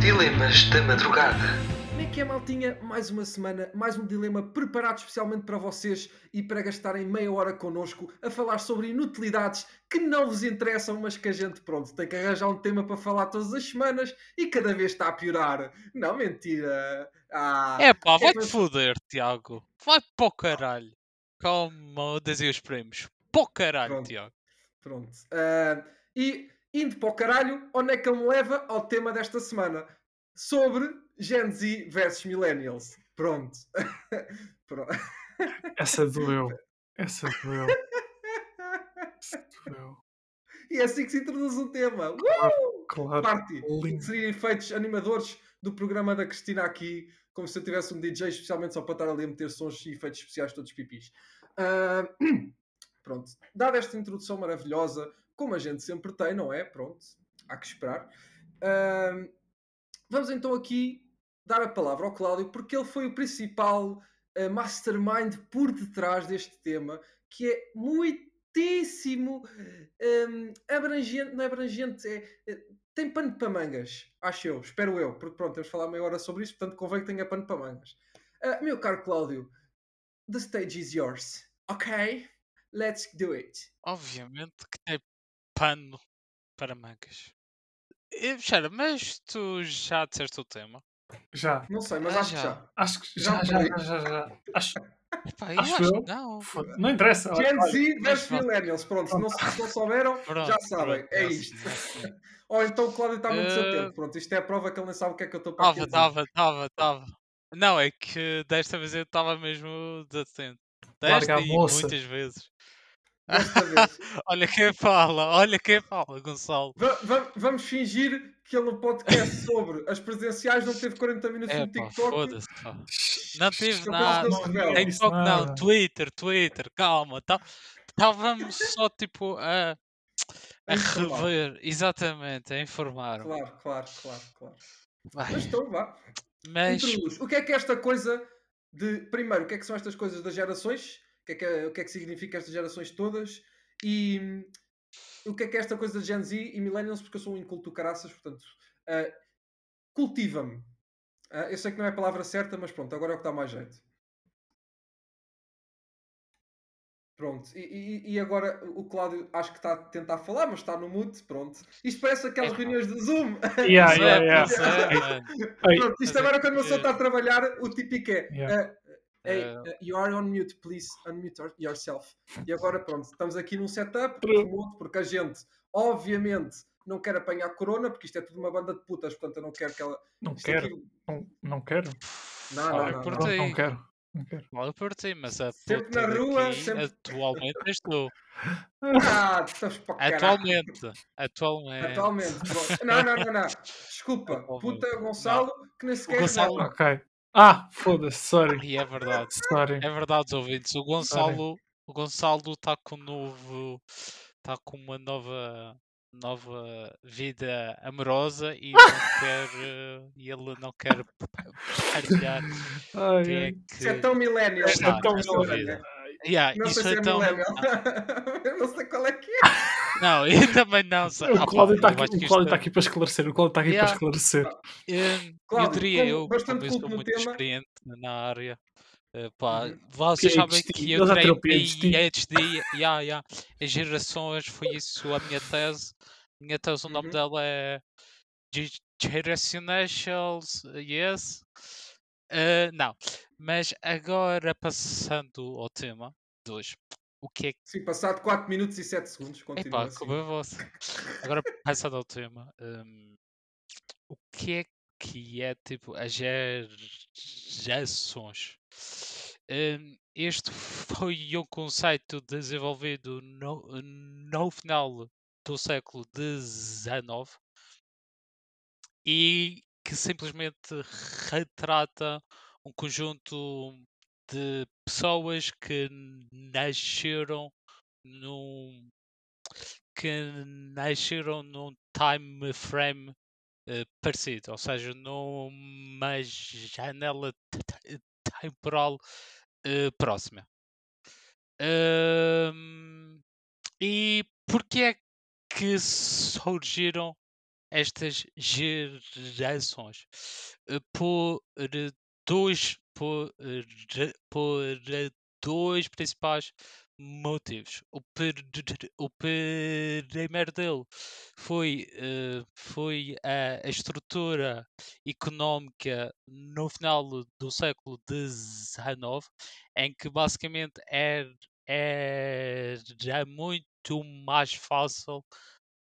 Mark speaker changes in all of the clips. Speaker 1: Dilemas da madrugada.
Speaker 2: Como é que é, maltinha? Mais uma semana, mais um dilema preparado especialmente para vocês e para gastarem meia hora connosco a falar sobre inutilidades que não vos interessam, mas que a gente, pronto, tem que arranjar um tema para falar todas as semanas e cada vez está a piorar. Não, mentira. Ah,
Speaker 3: É pá, vai-te
Speaker 2: mas-
Speaker 3: foder, Tiago. Vai para o caralho. Como dizem os primos. Para o caralho,
Speaker 2: Pronto.
Speaker 3: Tiago.
Speaker 2: Pronto. Ah, e indo para o caralho, onde é que ele me leva ao tema desta semana? Sobre Gen Z versus Millennials. Pronto. Pronto.
Speaker 4: Essa doeu. Essa doeu. Essa doeu.
Speaker 2: E é assim que se introduz o tema. Uh!
Speaker 4: Claro.
Speaker 2: Party.
Speaker 4: Lindo.
Speaker 2: Seriam efeitos animadores do programa da Cristina aqui, como se eu tivesse um DJ especialmente só para estar ali a meter sons e efeitos especiais todos pipis. Ah, pronto. Dada esta introdução maravilhosa, como a gente sempre tem, não é? Pronto. Há que esperar. Ah, vamos então aqui dar a palavra ao Cláudio, porque ele foi o principal ah, mastermind por detrás deste tema, que é muitíssimo hum, abrangente, não é abrangente, é, é- tem pano para mangas, acho eu, espero eu, porque pronto, temos de falar meia hora sobre isto, portanto convém que tenha pano para mangas. Ah, meu caro Cláudio, the stage is yours, ok? Let's do it.
Speaker 3: Obviamente que tem pano para mangas. E, Xara, mas tu já disseste o tema.
Speaker 4: Já.
Speaker 2: Não sei, mas
Speaker 3: Ah,
Speaker 2: acho que
Speaker 3: já.
Speaker 2: já.
Speaker 4: Acho que
Speaker 2: Já
Speaker 4: já, já,
Speaker 2: foi.
Speaker 4: já, já, já. Acho
Speaker 3: Epá, eu
Speaker 4: Acho
Speaker 3: acho,
Speaker 4: eu.
Speaker 3: que não.
Speaker 4: foda- Não interessa. olha,
Speaker 2: Gen
Speaker 4: olha,
Speaker 2: Z versus
Speaker 3: pronto.
Speaker 2: Millennials, pronto, se não, se não souberam,
Speaker 3: Pronto,
Speaker 2: já sabem,
Speaker 3: pronto,
Speaker 2: é
Speaker 3: já
Speaker 2: isto.
Speaker 3: sei.
Speaker 2: Ou então o Cláudio está muito
Speaker 3: Eh,
Speaker 2: desatento, pronto, isto é a prova que ele nem sabe o que é que eu estou para aqui a
Speaker 3: Tava,
Speaker 2: dizer.
Speaker 3: tava, tava, tava. Não, é que desta vez eu estava mesmo desatento.
Speaker 4: Larga
Speaker 3: Desta
Speaker 4: a
Speaker 3: e
Speaker 4: moça.
Speaker 3: muitas vezes.
Speaker 2: Desta vez.
Speaker 3: olha quem fala, olha quem fala, Gonçalo.
Speaker 2: Va- va- vamos fingir que ele no podcast sobre as presidenciais não teve 40 minutos
Speaker 3: É
Speaker 2: no
Speaker 3: pá,
Speaker 2: TikTok.
Speaker 3: foda-se. pá. Não tive
Speaker 2: eu posso
Speaker 4: ah,
Speaker 3: nada.
Speaker 2: não se revela.
Speaker 4: disse
Speaker 3: TikTok não,
Speaker 4: é nada.
Speaker 3: Twitter, Twitter, calma. tá, Estávamos só tipo a,
Speaker 2: A
Speaker 3: a
Speaker 2: informar.
Speaker 3: rever, exatamente, a informar.
Speaker 2: Claro, claro, claro, claro.
Speaker 3: Ai,
Speaker 2: Mas então vá.
Speaker 3: Mas,
Speaker 2: Introduz. O que é que é esta coisa de. Primeiro, o que é que são estas coisas das gerações? O que é que, é- o que, é que significa estas gerações todas? E hum, o que é que é esta coisa de Gen Z e Millennials? Porque eu sou um inculto do caraças, portanto. ah, Cultiva-me. Ah, eu sei que não é a palavra certa, mas pronto, agora é o que dá mais jeito. Pronto, e, e- e agora o Cláudio acho que está a tentar falar, mas está no mute, pronto. Isto parece aquelas
Speaker 3: É, pá.
Speaker 2: reuniões de Zoom.
Speaker 4: Yeah,
Speaker 3: pois é,
Speaker 4: Ah, yeah, yeah.
Speaker 3: pois é, mano.
Speaker 4: Ei,
Speaker 2: Pronto, isto
Speaker 3: Mas é
Speaker 2: agora quando uma pessoa
Speaker 3: que-
Speaker 2: está a trabalhar, o típico é
Speaker 4: Yeah.
Speaker 2: uh, hey,
Speaker 3: eh, É.
Speaker 2: uh, you are on mute, please unmute your- yourself. E agora pronto, estamos aqui num setup
Speaker 4: True.
Speaker 2: remoto, porque a gente obviamente não quer apanhar corona, porque isto é tudo uma banda de putas, portanto eu não quero que ela.
Speaker 4: não
Speaker 2: isto
Speaker 4: quero.
Speaker 2: aqui-
Speaker 4: Não, não quero.
Speaker 2: Não, não,
Speaker 3: Fala
Speaker 2: não,
Speaker 3: por
Speaker 2: não.
Speaker 4: Não, não
Speaker 3: ti,
Speaker 4: quero. Não quero.
Speaker 3: fala por ti, mas a
Speaker 2: Sempre
Speaker 3: puta
Speaker 2: na rua,
Speaker 3: daqui
Speaker 2: sempre- Oh,
Speaker 3: atualmente és tu.
Speaker 2: Ah, estamos para o caralho.
Speaker 3: Atualmente, atualmente.
Speaker 2: Atualmente, pronto. Não, não, não, não. Desculpa,
Speaker 3: Atualmente.
Speaker 2: puta Gonçalo, que nem sequer.
Speaker 3: Gonçalo-
Speaker 4: Ok. Ah, foda-se. Sorry.
Speaker 3: E é verdade.
Speaker 4: Sorry.
Speaker 3: É verdade, ouvintes. O
Speaker 4: Sorry.
Speaker 3: Gonçalo, o Gonçalo está com um novo, está com uma nova, nova vida amorosa e não quer, eh, e ele não quer partilhar
Speaker 4: Ai,
Speaker 3: quem é
Speaker 4: ai.
Speaker 3: que.
Speaker 2: Isso é tão millennial.
Speaker 3: Isto é
Speaker 4: tão
Speaker 2: Essa
Speaker 4: millennial.
Speaker 2: velha.
Speaker 3: Yeah,
Speaker 2: Não sei
Speaker 3: isso
Speaker 2: se é
Speaker 3: é tão...
Speaker 2: millennial. Eu não sei qual é que é.
Speaker 3: Não, eu também não sei. Ah,
Speaker 4: É, O
Speaker 3: pá,
Speaker 4: Cláudio está
Speaker 3: eu acho
Speaker 4: aqui,
Speaker 3: que
Speaker 4: o Cláudio
Speaker 3: isto
Speaker 4: tá
Speaker 3: é-
Speaker 4: aqui para esclarecer. O Cláudio está aqui
Speaker 3: Yeah.
Speaker 4: para esclarecer.
Speaker 3: Hum, eu
Speaker 2: Cláudio,
Speaker 3: diria,
Speaker 2: como
Speaker 3: eu,
Speaker 2: bastante
Speaker 3: como eu sou
Speaker 2: culto no
Speaker 3: muito
Speaker 2: tema-
Speaker 3: experiente na área, eh, pá,
Speaker 2: Uhum.
Speaker 3: vocês sabem
Speaker 4: PhD,
Speaker 3: que
Speaker 4: ele
Speaker 3: eu
Speaker 4: já
Speaker 3: tirei
Speaker 4: tirou
Speaker 3: um
Speaker 4: PhD.
Speaker 3: PhD, yeah, yeah, as gerações, foi isso a minha tese. A minha tese, o nome
Speaker 2: Uhum.
Speaker 3: dela é Ge- Generationals, yes. Eh, não, mas agora passando ao tema de hoje, o que é
Speaker 2: Sim, passado 4 minutos e 7 segundos. Continua
Speaker 3: Epá,
Speaker 2: assim.
Speaker 3: como é você? Agora, passando ao tema, hum, o que é que é tipo as gerações? Hum, este foi um conceito desenvolvido no, no final do século XIX e que simplesmente retrata um conjunto de pessoas que nasceram num que nasceram num time frame eh, parecido, ou seja, numa janela te- te- temporal eh, próxima. Ahm, e porquê é que surgiram estas gerações eh, por eh, dois por, eh, re- por eh, dois principais motivos. O, pr- o primeiro dele foi, eh, foi a, a estrutura económica no final do século XIX, em que basicamente era, era muito mais fácil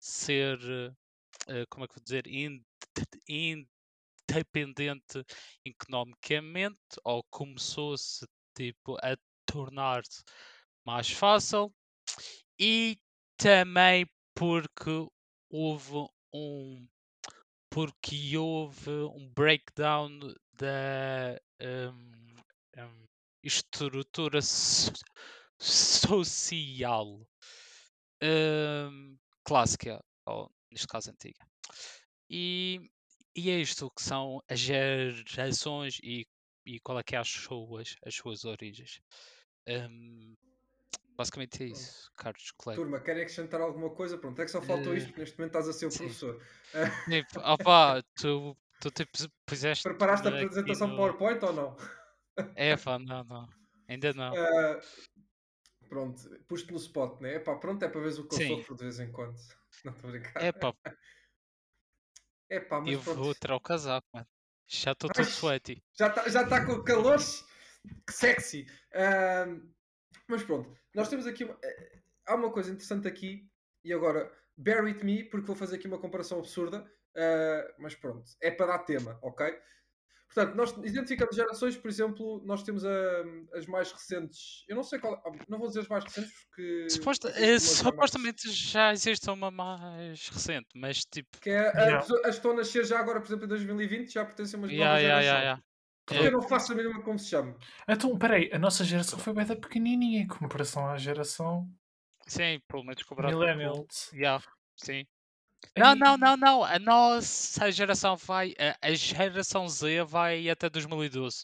Speaker 3: ser, eh, como é que vou dizer, inde- independente economicamente, ou começou-se tipo, a tornar-se mais fácil, e também porque houve um porque houve um breakdown da hum, hum, estrutura so- social hum, clássica, ou neste caso antiga. E, e é isto que são as gerações e, e qual é que é as suas, as suas origens. Hum, basicamente é
Speaker 2: Pronto.
Speaker 3: isso, Carlos Colega.
Speaker 2: Turma, querem acrescentar alguma coisa? Pronto, é que só faltou
Speaker 3: Eh,
Speaker 2: isto, porque neste momento estás a ser o
Speaker 3: sim.
Speaker 2: professor.
Speaker 3: Tipo, opá, tu, tu te pus- puseste
Speaker 2: Preparaste a
Speaker 3: aqui
Speaker 2: apresentação
Speaker 3: no-
Speaker 2: PowerPoint ou não?
Speaker 3: É, pá, não, não. Ainda não.
Speaker 2: Ah, pronto, pus-te no spot, né? Epá, pronto, é para ver o que eu
Speaker 3: Sim.
Speaker 2: sofro de vez em quando. Não estou a brincar.
Speaker 3: É, pá,
Speaker 2: Epá, mas
Speaker 3: É, eu
Speaker 2: pronto.
Speaker 3: vou tirar o casaco, mano. Já estou
Speaker 2: Ai,
Speaker 3: todo sweaty.
Speaker 2: já está já tá com calores. Que sexy. Ahm, mas pronto, nós temos aqui. uma- eh, há uma coisa interessante aqui. E agora, bear with me, porque vou fazer aqui uma comparação absurda. ah, mas pronto, é para dar tema, ok? Portanto, nós identificamos gerações, por exemplo, nós temos ahm, as mais recentes. Eu não sei qual. ah, Não vou dizer as mais recentes, porque.
Speaker 3: Suposta,
Speaker 2: existe uma já é
Speaker 3: eh,
Speaker 2: mais recente.
Speaker 3: supostamente já existe uma mais recente, mas tipo.
Speaker 2: Que é a-
Speaker 4: Já.
Speaker 2: as que estão a nascer já agora, por exemplo, em 2020, já pertencem a umas novas
Speaker 3: Ya, ya, ya, ya.
Speaker 2: Porque
Speaker 3: É.
Speaker 2: eu não faço a mínima como se chama.
Speaker 4: Então, peraí, a nossa geração foi bem da pequenininha em comparação à geração
Speaker 3: Sim, pelo menos cobrado com.
Speaker 4: Millennials.
Speaker 3: Ya, sim. Não, não,
Speaker 4: Ei,
Speaker 3: não, não. A nossa geração vai. A, a geração Z vai até 2012.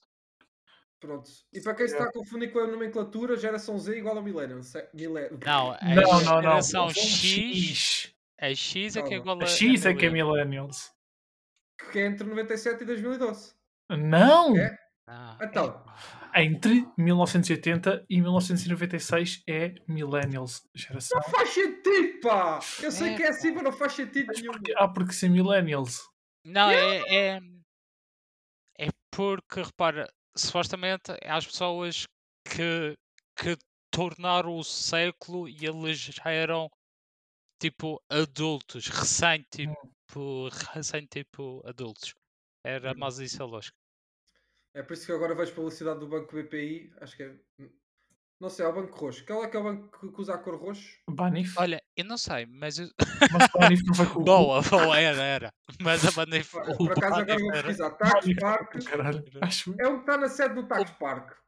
Speaker 2: Pronto. E para
Speaker 4: É.
Speaker 2: quem se está a confundir com a nomenclatura, geração Z igual a Millennials. É- Mile-
Speaker 3: Não, a
Speaker 4: Não, não, não.
Speaker 3: geração
Speaker 4: são
Speaker 3: X.
Speaker 4: X.
Speaker 3: A X é que é
Speaker 2: Calma.
Speaker 3: igual a.
Speaker 4: A
Speaker 3: a
Speaker 4: X é que é
Speaker 3: millennial.
Speaker 4: Millennials.
Speaker 2: Que é entre 97 e 2012.
Speaker 4: Não!
Speaker 2: É?
Speaker 3: Ah, é,
Speaker 2: Então,
Speaker 3: pá.
Speaker 4: Entre 1980 e 1996 é Millennials. Geração.
Speaker 2: faz sentido, pá! Eu sei que é assim,
Speaker 3: Epa.
Speaker 2: mas não faz sentido
Speaker 4: Mas
Speaker 2: nenhum.
Speaker 4: porque, ah, porque são Millennials.
Speaker 3: Não, é, é, é porque, repara, supostamente é as pessoas que, que tornaram o século e eles já eram tipo adultos, recém tipo, recém tipo adultos. Era
Speaker 2: Hum.
Speaker 3: mais isso a lógica.
Speaker 2: É por isso que agora vejo publicidade do Banco BPI. Acho que é. Não sei, é o Banco Roxo. Qual é que é o banco que- que usa a cor roxo?
Speaker 4: Banif.
Speaker 3: Olha, eu não sei, mas. eu-
Speaker 4: Mas Banif não foi com o cu.
Speaker 3: Boa, boa, era, era. Mas a Banif.
Speaker 2: Olha,
Speaker 3: O
Speaker 2: por acaso agora
Speaker 3: Banif
Speaker 2: vou
Speaker 3: era.
Speaker 2: pesquisar. Tacos
Speaker 4: Banif foi com
Speaker 2: Park.
Speaker 4: o caralho. Acho.
Speaker 2: É o que está na sede do Tacos Park.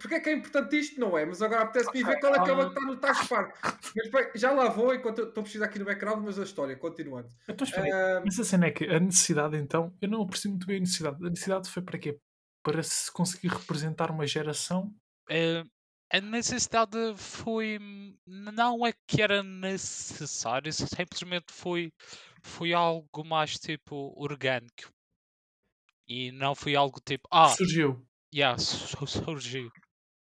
Speaker 2: Porque é que é importante isto, não é? Mas agora apetece-me ver qual é que é o banco que está no Tacos Park. Mas bem, já lá vou enquanto eu- estou a pesquisar aqui no background, mas a história, continuando.
Speaker 3: É.
Speaker 4: Eu estou a esperar.
Speaker 2: Ah,
Speaker 4: Então, Mas a cena é que a necessidade, então, eu não aprecio muito bem a necessidade. A necessidade foi para quê? Para se conseguir representar uma geração.
Speaker 3: Eh, a necessidade foi. Não é que era necessário, simplesmente foi, foi algo mais tipo orgânico. E não foi algo tipo. Ah,
Speaker 4: Surgiu.
Speaker 3: yeah, su- surgiu.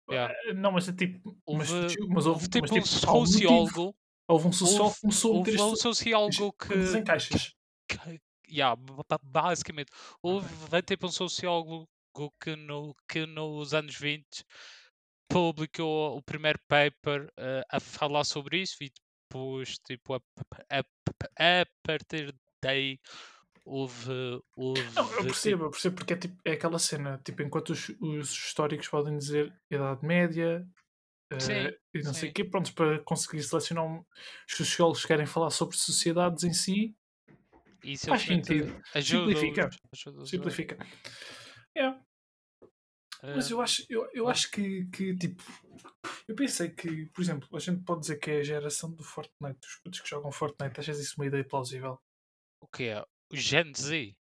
Speaker 3: Yeah.
Speaker 4: Eh, Não, mas é tipo. Mas,
Speaker 3: Houve,
Speaker 4: surgiu, mas houve,
Speaker 3: houve
Speaker 4: mas,
Speaker 3: tipo um
Speaker 4: tipo, há um motivo.
Speaker 3: sociólogo.
Speaker 4: Houve um social
Speaker 3: Houve,
Speaker 4: que começou a meter
Speaker 3: houve um
Speaker 4: isto
Speaker 3: sociólogo
Speaker 4: coisas
Speaker 3: que.
Speaker 4: em caixas.
Speaker 3: que- yeah, ba- ba- basicamente. Houve tipo um sociólogo que, no, que nos anos 20 publicou o primeiro paper eh, a falar sobre isso e depois tipo a, a, a partir daí houve
Speaker 4: Não, eu
Speaker 3: houve tipo
Speaker 4: percebo, eu percebo porque é, tipo, é aquela cena, tipo, enquanto os, os históricos podem dizer Idade Média
Speaker 3: sim
Speaker 4: eh, e não sei o
Speaker 3: sim
Speaker 4: quê, pronto, para conseguir selecionar um, os sociólogos querem falar sobre sociedades em si,
Speaker 3: e
Speaker 4: faz
Speaker 3: simplesmente
Speaker 4: sentido.
Speaker 3: ajuda-os
Speaker 4: Simplifica,
Speaker 3: ajuda-os a,
Speaker 4: simplifica. É, mas eu
Speaker 3: ehm,
Speaker 4: acho, eu, eu
Speaker 3: olha,
Speaker 4: acho que, que, tipo, eu pensei que, por exemplo, a gente pode dizer que é a geração do Fortnite, dos putos que jogam Fortnite, achas isso é uma ideia plausível?
Speaker 3: o que é o Gen Z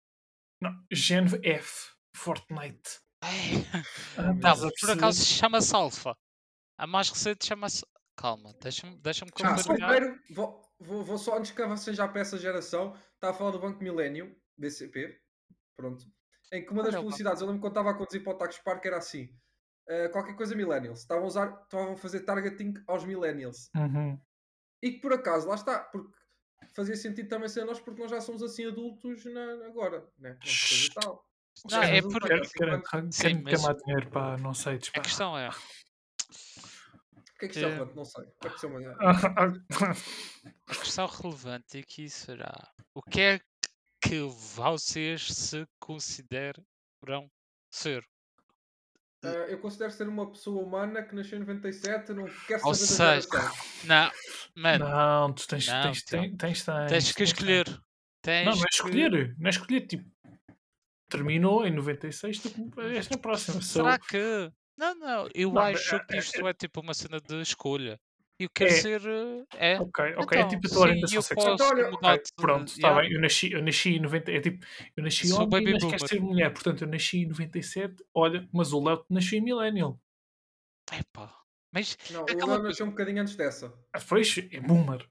Speaker 4: Não, Gen F, Fortnite. Ah,
Speaker 3: Ai,
Speaker 2: Oh, meu
Speaker 4: estás
Speaker 3: não
Speaker 4: a
Speaker 2: Deus.
Speaker 3: Ah, por
Speaker 4: perceber?
Speaker 3: acaso chama-se Alpha a mais recente chama-se Calma, deixa-me deixa
Speaker 2: Ah,
Speaker 3: compartilhar.
Speaker 2: primeiro, vou, vou- vou só antes que você já peça geração, está a falar do Banco Millennium, BCP, pronto, em que uma das
Speaker 3: Olha o banco.
Speaker 2: publicidades, eu lembro quando estava a conduzir para o Tax Park, era assim, eh, qualquer coisa Millennials, estavam a, usar, estavam a fazer targeting aos Millennials,
Speaker 4: Uhum.
Speaker 2: e que por acaso, lá está, porque fazia sentido também ser nós, porque nós já somos assim adultos na- agora, né? Uma coisa e tal.
Speaker 3: Não, é
Speaker 2: Somos
Speaker 3: por-
Speaker 2: adultos,
Speaker 4: Quero,
Speaker 2: assim,
Speaker 4: quero,
Speaker 2: quanto-
Speaker 4: quero
Speaker 3: Sim,
Speaker 4: me
Speaker 3: mas-
Speaker 4: queimar dinheiro, pá, não sei.
Speaker 3: A
Speaker 4: Dispá.
Speaker 3: questão é.
Speaker 2: O que é que isto é
Speaker 3: É. Ah,
Speaker 2: relevante? Não sei. Aconteceu uma-
Speaker 3: A questão relevante aqui será o que é que vocês se consideram ser?
Speaker 2: Ah, eu considero ser uma pessoa humana que nasceu em 97, não quer
Speaker 3: Ou
Speaker 2: saber da
Speaker 3: seja,
Speaker 2: geração.
Speaker 3: Não, mano,
Speaker 4: não, tu tens,
Speaker 3: Não,
Speaker 4: tens,
Speaker 3: Tiago.
Speaker 4: tens, tens, tens.
Speaker 3: tens que
Speaker 4: tens-
Speaker 3: escolher. Tens
Speaker 4: Não, não é
Speaker 3: que-
Speaker 4: escolher. Não é escolher, tipo. Terminou em 96, tu és na é próxima. Sou-
Speaker 3: Será que. Não, não, eu
Speaker 4: Não, mas
Speaker 3: acho que isto é tipo uma cena de escolha. Eu quero
Speaker 4: É.
Speaker 3: ser. eh, É.
Speaker 4: Ok, ok. é
Speaker 3: Então,
Speaker 4: tipo a
Speaker 3: sim,
Speaker 4: tua orientação
Speaker 3: eu
Speaker 4: sexual.
Speaker 3: posso
Speaker 2: Então, olha,
Speaker 4: Ok,
Speaker 3: mudar de-
Speaker 4: pronto, está
Speaker 3: yeah.
Speaker 4: bem. Eu nasci, eu nasci em 90. É tipo, eu nasci
Speaker 3: Sou
Speaker 4: homem,
Speaker 3: baby
Speaker 4: mas quero
Speaker 3: boomer.
Speaker 4: ser mulher. Portanto, eu nasci em 97. Olha, mas o Léo nasceu em Millennial.
Speaker 3: Epá, Mas
Speaker 2: Não,
Speaker 3: é
Speaker 2: o
Speaker 3: aquela
Speaker 2: Léo
Speaker 3: coisa.
Speaker 2: nasceu um bocadinho antes dessa.
Speaker 4: Ah, Pois, é boomer.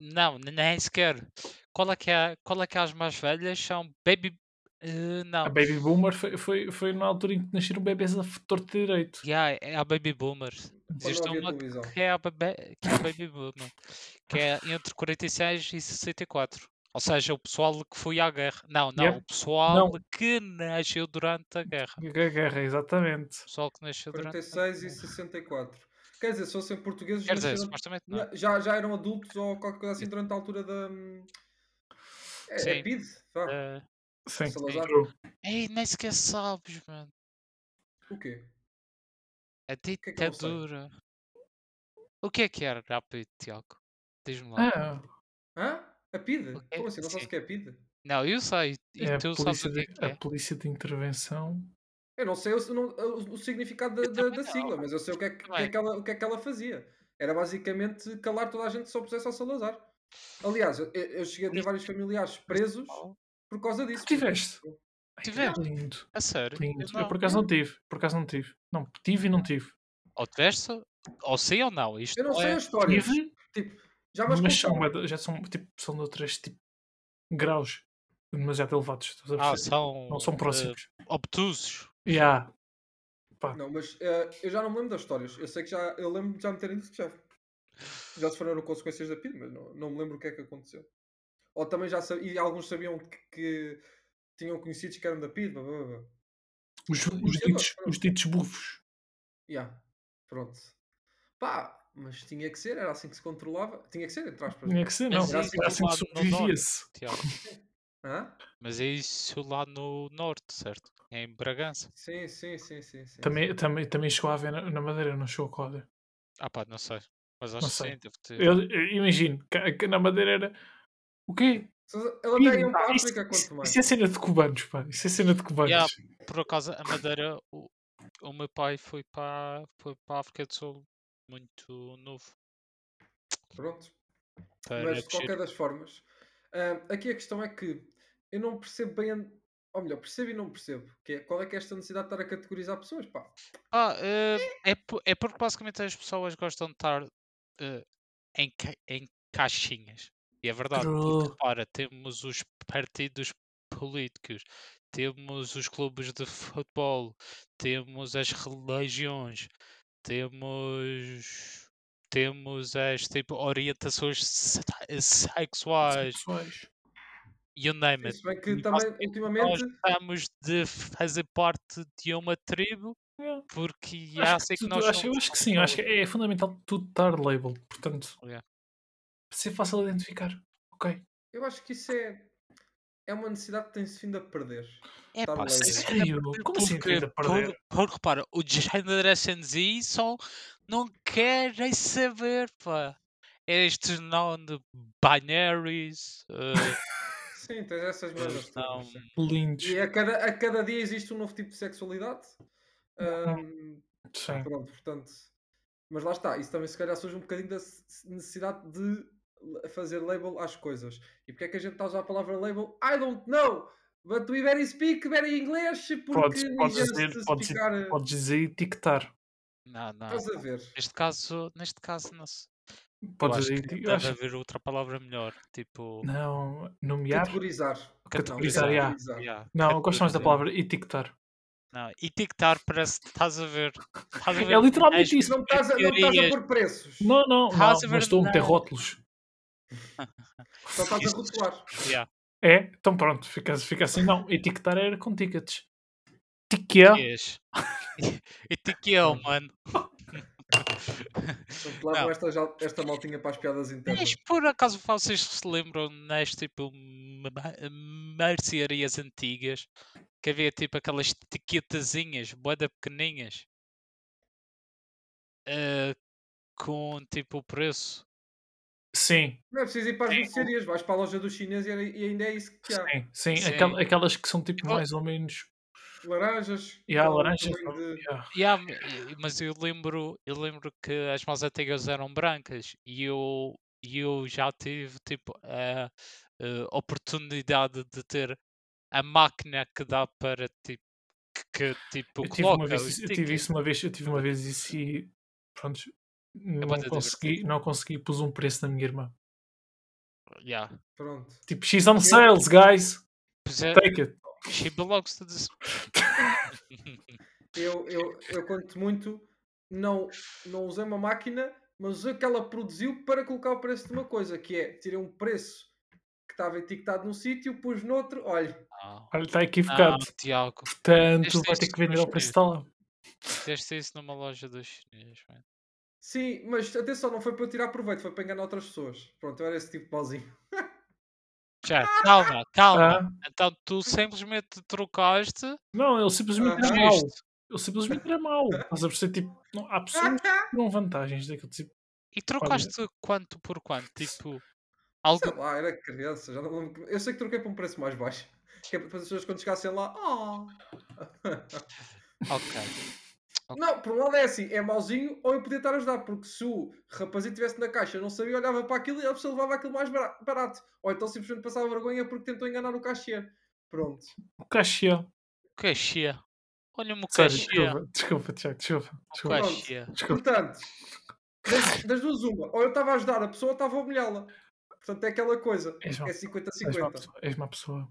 Speaker 3: Não, nem sequer. Qual é que é, qual é que é as mais velhas? São baby. eh, não.
Speaker 4: A Baby Boomer foi, foi, foi na altura em que nasceram bebês a torto e direito.
Speaker 3: Yeah, é a Baby Boomer.
Speaker 2: Quando
Speaker 3: Existe
Speaker 2: não havia
Speaker 3: uma
Speaker 2: televisão.
Speaker 3: que é a, bebé- que é a Baby Boomer, que é entre 46 e 64. Ou seja, o pessoal que foi à guerra. Não, não,
Speaker 4: Yep.
Speaker 3: o pessoal que nasceu durante a guerra.
Speaker 4: A guerra, exatamente.
Speaker 3: O pessoal que nasceu é durante a
Speaker 2: 46 e 64. Quer dizer, se fossem portugueses,
Speaker 3: Quer dizer, ah.
Speaker 2: nasceram-
Speaker 3: supostamente não.
Speaker 2: na- já, já eram adultos ou qualquer coisa assim durante a altura da. hum, É, é
Speaker 3: Sim.
Speaker 2: PID? Vá.
Speaker 3: Eh,
Speaker 4: Sim,
Speaker 2: Salazar.
Speaker 4: true.
Speaker 3: ei, nem sequer sabes, mano.
Speaker 2: O quê?
Speaker 3: A
Speaker 2: que é que eu não sei?
Speaker 3: ditadura. O que é que era rápido, Tiago? Diz-me lá.
Speaker 4: Ah,
Speaker 2: Hã? A PID?
Speaker 3: O quê?
Speaker 2: Como assim? Não sabes
Speaker 3: Sim.
Speaker 2: o que é PID?
Speaker 3: Não, eu sei. E
Speaker 4: é a
Speaker 3: tu sabes
Speaker 4: polícia,
Speaker 3: o que é
Speaker 4: de,
Speaker 3: que
Speaker 4: a
Speaker 3: é.
Speaker 4: polícia de intervenção.
Speaker 2: Eu não sei o, não- o- o significado da,
Speaker 3: Eu
Speaker 2: da-
Speaker 3: também
Speaker 2: da
Speaker 3: não.
Speaker 2: sigla, mas eu sei o que, é, que- o que é
Speaker 3: Também.
Speaker 2: que ela, o que é que ela fazia. Era basicamente calar toda a gente que se opusesse ao Salazar. Aliás, eu, eu- eu cheguei a ter
Speaker 3: Isso.
Speaker 2: vários familiares presos
Speaker 3: Oh,
Speaker 2: por causa disso.
Speaker 4: Tu tiveste? Ai,
Speaker 3: Tiveste?
Speaker 4: Lindo.
Speaker 3: A sério?
Speaker 4: Lindo.
Speaker 3: Eu
Speaker 4: Eu
Speaker 3: não.
Speaker 4: por acaso não tive. Por acaso não tive. Não, tive e não tive.
Speaker 3: Ou tiveste, ou sim ou não. Isto
Speaker 2: Eu não
Speaker 3: não
Speaker 2: sei
Speaker 3: é.
Speaker 2: as histórias.
Speaker 4: Tive,
Speaker 2: Tipo, já vais
Speaker 4: mas são,
Speaker 2: contar.
Speaker 4: bué- já são, tipo, são de outros tipo, graus demasiado elevados. Estás a
Speaker 3: Ah,
Speaker 4: perceber?
Speaker 3: são
Speaker 4: não são
Speaker 3: eh,
Speaker 4: próximos.
Speaker 3: obtusos.
Speaker 4: Yeah.
Speaker 2: Não, mas eh, eu já não me lembro das histórias. Eu sei que já eu lembro de já me terem dito que já. Já se foram consequências da PID, mas não, não me lembro o que é que aconteceu. Ou também já sabia, e alguns sabiam que, que tinham conhecidos que eram da PID, blá blá blá. blá.
Speaker 4: Os,
Speaker 2: Não
Speaker 4: os,
Speaker 2: sei,
Speaker 4: ditos,
Speaker 2: não.
Speaker 4: os ditos bufos.
Speaker 2: Yeah. Pronto. Pá, mas tinha que ser, era assim que se controlava. Tinha que ser, entre aspas.
Speaker 4: Tinha que ser, não.
Speaker 3: Mas
Speaker 4: Era
Speaker 2: isso
Speaker 4: assim, era assim
Speaker 3: lá
Speaker 4: que
Speaker 3: no
Speaker 4: sobrevivia-se.
Speaker 3: Tiago.
Speaker 2: Hã?
Speaker 3: Mas é isso lá no norte, certo? É Em Bragança.
Speaker 2: Sim, sim, sim, sim, sim.
Speaker 4: Também, também, também chegou a haver na, na Madeira, não chegou a Cláudia.
Speaker 3: Ah pá, não sei. Mas acho
Speaker 4: Não
Speaker 3: que
Speaker 4: sei.
Speaker 3: sim, deve ter.
Speaker 4: Eu, eu imagino que, que na Madeira era. O quê?
Speaker 2: Sim. Ela até ia
Speaker 4: Filho,
Speaker 2: para
Speaker 4: pá,
Speaker 2: a
Speaker 4: isso,
Speaker 2: África quanto
Speaker 4: isso-
Speaker 2: mais.
Speaker 4: isso é cena de cubanos, pá. Isso é cena de cubanos.
Speaker 3: Yeah, por acaso, a Madeira, o, o meu pai foi para, foi para a África do Sul muito novo.
Speaker 2: Pronto.
Speaker 3: Para
Speaker 2: Mas de
Speaker 3: crescer.
Speaker 2: qualquer das formas, ah, aqui a questão é que eu não percebo bem, a- ou melhor, percebo e não percebo, que é, qual é que é esta necessidade de estar a categorizar pessoas, pá.
Speaker 3: Ah, eh,
Speaker 2: Hum.
Speaker 3: é, po- é porque basicamente as pessoas gostam de estar eh, em, ca- em caixinhas. E é verdade, porque
Speaker 4: True.
Speaker 3: repara, temos os partidos políticos, temos os clubes de futebol, temos as religiões, temos temos as tipo orientações se- sexuais,
Speaker 4: Sexuais.
Speaker 3: you name it.
Speaker 2: Se bem que
Speaker 3: E
Speaker 2: também,
Speaker 3: basicamente Nós
Speaker 2: ultimamente,
Speaker 3: estamos de fazer parte de uma tribo
Speaker 4: Yeah.
Speaker 3: porque
Speaker 4: Acho
Speaker 3: já
Speaker 4: que
Speaker 3: sei que
Speaker 4: tudo-
Speaker 3: nós
Speaker 4: acho-
Speaker 3: somos
Speaker 4: eu acho
Speaker 3: uma
Speaker 4: que sim, acho que
Speaker 3: pessoa.
Speaker 4: é fundamental tudo estar labeled, portanto,
Speaker 3: Yeah.
Speaker 4: para ser fácil de identificar. Ok.
Speaker 2: eu acho que isso é, é uma necessidade que tem-se vindo a perder.
Speaker 3: É
Speaker 2: Tá
Speaker 3: pá,
Speaker 2: no
Speaker 3: sim,
Speaker 2: laser.
Speaker 3: sim, ainda
Speaker 4: Sério?
Speaker 3: por-
Speaker 4: Como assim
Speaker 3: porque,
Speaker 4: ainda
Speaker 3: por,
Speaker 4: perder?
Speaker 3: por, repara, o Generation Z só não querem saber, pá. É Estes non-binaries, eh,
Speaker 2: Sim, tens essas merdas
Speaker 3: estes não...
Speaker 2: todas. sim.
Speaker 4: Lindos.
Speaker 2: E a cada, a cada dia existe um novo tipo de sexualidade. Ahm,
Speaker 4: Uhum. Sim.
Speaker 2: Pronto, portanto. Mas lá está, isso também se calhar surge um bocadinho da s- s- necessidade de l- fazer label às coisas. E porque é que a gente está a usar a palavra label? I don't know! But we very speak very English porque
Speaker 4: Podes, podes
Speaker 2: ninguém
Speaker 4: dizer,
Speaker 2: se
Speaker 4: podes,
Speaker 2: explicar, eh,
Speaker 4: podes dizer etiquetar.
Speaker 3: Não, não.
Speaker 4: é.
Speaker 2: Estás a ver?
Speaker 3: Neste caso, neste caso, não sei. Eu
Speaker 4: Podes
Speaker 3: acho
Speaker 4: aí.
Speaker 3: que é
Speaker 4: eu
Speaker 3: deve
Speaker 4: acho-
Speaker 3: haver outra palavra melhor. Tipo.
Speaker 4: Não, nomear.
Speaker 2: Categorizar.
Speaker 4: Categorizar,
Speaker 2: Não,
Speaker 4: já.
Speaker 3: yeah,
Speaker 4: Não, eu gosto mais da
Speaker 3: categorizar.
Speaker 4: palavra etiquetar.
Speaker 3: Não, etiquetar parece que estás a ver. Estás a ver
Speaker 4: É
Speaker 3: milhares-
Speaker 4: literalmente isso.
Speaker 2: Não estás, a, não estás a pôr preços.
Speaker 4: Não, não, não,
Speaker 3: Estás tá- a ver
Speaker 4: mas estou a meter
Speaker 3: nada.
Speaker 4: rótulos.
Speaker 2: Só estás
Speaker 3: Isso-
Speaker 2: a rotular.
Speaker 3: Yeah,
Speaker 4: É, então pronto, fica, fica assim. Não, etiquetar era com tickets. Ticket.
Speaker 3: yes. Etiquel, mano.
Speaker 2: Portanto, lá vão
Speaker 3: Não.
Speaker 2: Então, esta, já- esta maltinha para as piadas internas.
Speaker 3: Mas por acaso vocês se lembram nas tipo ma- mercearias antigas que havia tipo aquelas etiquetazinhas, boeda pequeninhas eh, com tipo o preço.
Speaker 4: Sim,
Speaker 2: Não é preciso ir para as
Speaker 3: Sim.
Speaker 2: mercearias, vais para a loja dos chineses e era- e ainda é isso que há.
Speaker 4: sim, sim.
Speaker 3: Sim.
Speaker 4: aquel- aquelas que são tipo
Speaker 3: Eu vou-
Speaker 4: mais ou menos.
Speaker 2: Laranjas.
Speaker 4: E há
Speaker 2: tal,
Speaker 4: laranjas.
Speaker 2: também de-
Speaker 4: yeah.
Speaker 3: Yeah, m- eh, mas eu lembro, eu lembro que as mãos antigas eram brancas e eu, e eu já tive tipo a, eh, oportunidade de ter a máquina que dá para tipo que, que, tipo
Speaker 4: Eu tive,
Speaker 3: coloca
Speaker 4: uma
Speaker 3: o
Speaker 4: vez, eu tive
Speaker 3: sticker.
Speaker 4: isso uma vez, eu tive uma vez isso e pronto,
Speaker 3: É
Speaker 4: não
Speaker 3: bastante
Speaker 4: consegui, não consegui, pus um preço na minha irmã.
Speaker 3: Yeah.
Speaker 2: Pronto.
Speaker 4: Tipo, she's on sales, guys,
Speaker 3: Pois é,
Speaker 4: take it.
Speaker 3: she belongs to this.
Speaker 2: Eu, eu, eu conto muito, não, não usei uma máquina, mas usei o que ela produziu para colocar o preço de uma coisa, que é tirei um preço que estava etiquetado num sítio, pus noutro, olha,
Speaker 3: Não,
Speaker 4: Olha, está
Speaker 3: Ah, não,
Speaker 4: equivocado.
Speaker 3: Tiago,
Speaker 4: Portanto,
Speaker 3: Este-
Speaker 4: vai ter
Speaker 3: este
Speaker 4: que vender ao
Speaker 3: custa
Speaker 4: preço
Speaker 3: isso.
Speaker 4: de lá.
Speaker 3: fizeste isso numa loja dos chineses, man.
Speaker 2: sim, mas atenção, não foi para eu tirar proveito, foi para enganar outras pessoas. Pronto, eu era esse tipo de pauzinho.
Speaker 3: Já, calma, calma.
Speaker 4: Ah,
Speaker 3: Então tu simplesmente trocaste.
Speaker 4: não, ele simplesmente era
Speaker 2: Aham.
Speaker 4: mau.
Speaker 3: isto.
Speaker 4: Ele simplesmente era mau. Estás a perceber, tipo, não, há pessoas que tiram vantagens daquele tipo.
Speaker 3: E trocaste quanto por quanto? Tipo, algo.
Speaker 2: Sei lá, era criança, já não me lembro. Eu sei que troquei para um preço mais baixo. Que é para as pessoas quando chegassem lá, oh.
Speaker 3: Ok.
Speaker 2: Não, por um lado é assim, é mauzinho ou eu podia estar a ajudar, porque se o rapazinho estivesse na caixa, eu não sabia, olhava para aquilo e a pessoa levava aquilo mais bara- barato. Ou então simplesmente passava vergonha porque tentou enganar o caixeiro. Pronto.
Speaker 4: O cachê.
Speaker 3: Caxia. Olha-me o
Speaker 4: Sério,
Speaker 3: caxia.
Speaker 4: desculpa, desculpa, Tiago, desculpa.
Speaker 3: O
Speaker 4: desculpa.
Speaker 2: Pronto.
Speaker 3: caxia.
Speaker 4: desculpa.
Speaker 2: Portanto, das, das duas uma, ou eu estava a ajudar a pessoa ou estava a humilhá-la. Portanto, é aquela coisa.
Speaker 4: És má-
Speaker 2: É
Speaker 4: és má
Speaker 2: 50-50.
Speaker 4: pessoa, és má pessoa.